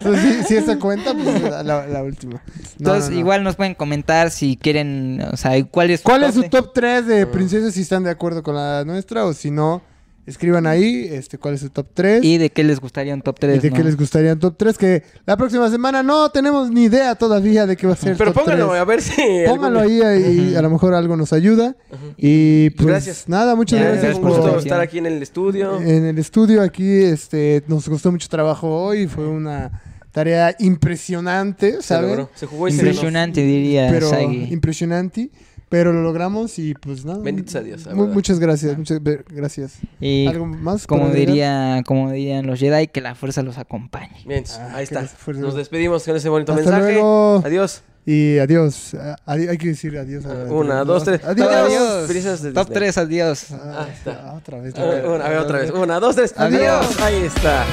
A: Entonces, si, si esa cuenta, pues la, la última. No,
C: Entonces,
A: no, no.
C: igual nos pueden comentar si quieren, o sea, cuál es
A: ¿Cuál es su
C: de-
A: top 3 de princesas? Si están de acuerdo con la nuestra o si no, escriban ahí este, cuál es su top 3.
C: y de qué les gustaría un top 3.
A: ¿Y de qué les gustaría en top 3? Que la próxima semana no tenemos ni idea todavía de qué va a ser.
B: Pero
A: top
B: pónganlo,
A: 3.
B: a ver si.
A: Pónganlo ahí y
C: Ujú.
A: a lo mejor algo nos ayuda. Y pues
B: Gracias.
A: nada, muchas
C: Ya,
B: Muchas
A: gracias
B: gracias por
C: por su
A: por Eh,
C: atención.
B: estar aquí en el estudio.
A: en el estudio. Aquí este nos costó mucho trabajo hoy. Fue una tarea impresionante,
B: se
A: ¿sabes?
B: logró. Se jugó y se ganó.
C: Impresionante, diría
A: Pero
C: Sagi.
A: impresionante. Pero lo logramos y pues nada.
B: Bendito sea Dios, la
A: Mu-
B: verdad.
A: muchas gracias, muchas ve- gracias.
C: Ah. Y
A: ¿Algo más?
C: como
A: para agregar?
C: diría, como dirían los Jedi, que la fuerza los acompañe.
B: Bien,
A: Ah,
B: ahí
A: qué
B: está.
A: esfuerzo.
B: Nos despedimos con ese bonito
A: Hasta
B: mensaje.
A: luego.
B: Adiós.
A: Y adiós. Ah, adi- hay que decir adiós. a-
B: Una, dos, tres.
A: Adiós.
B: Adiós. Princesas de
C: Top
B: Disney.
C: 3, adiós.
A: Ah, otra vez.
B: Ah, una, a ver, otra vez. Una, dos, tres.
C: Adiós.
B: Ahí está.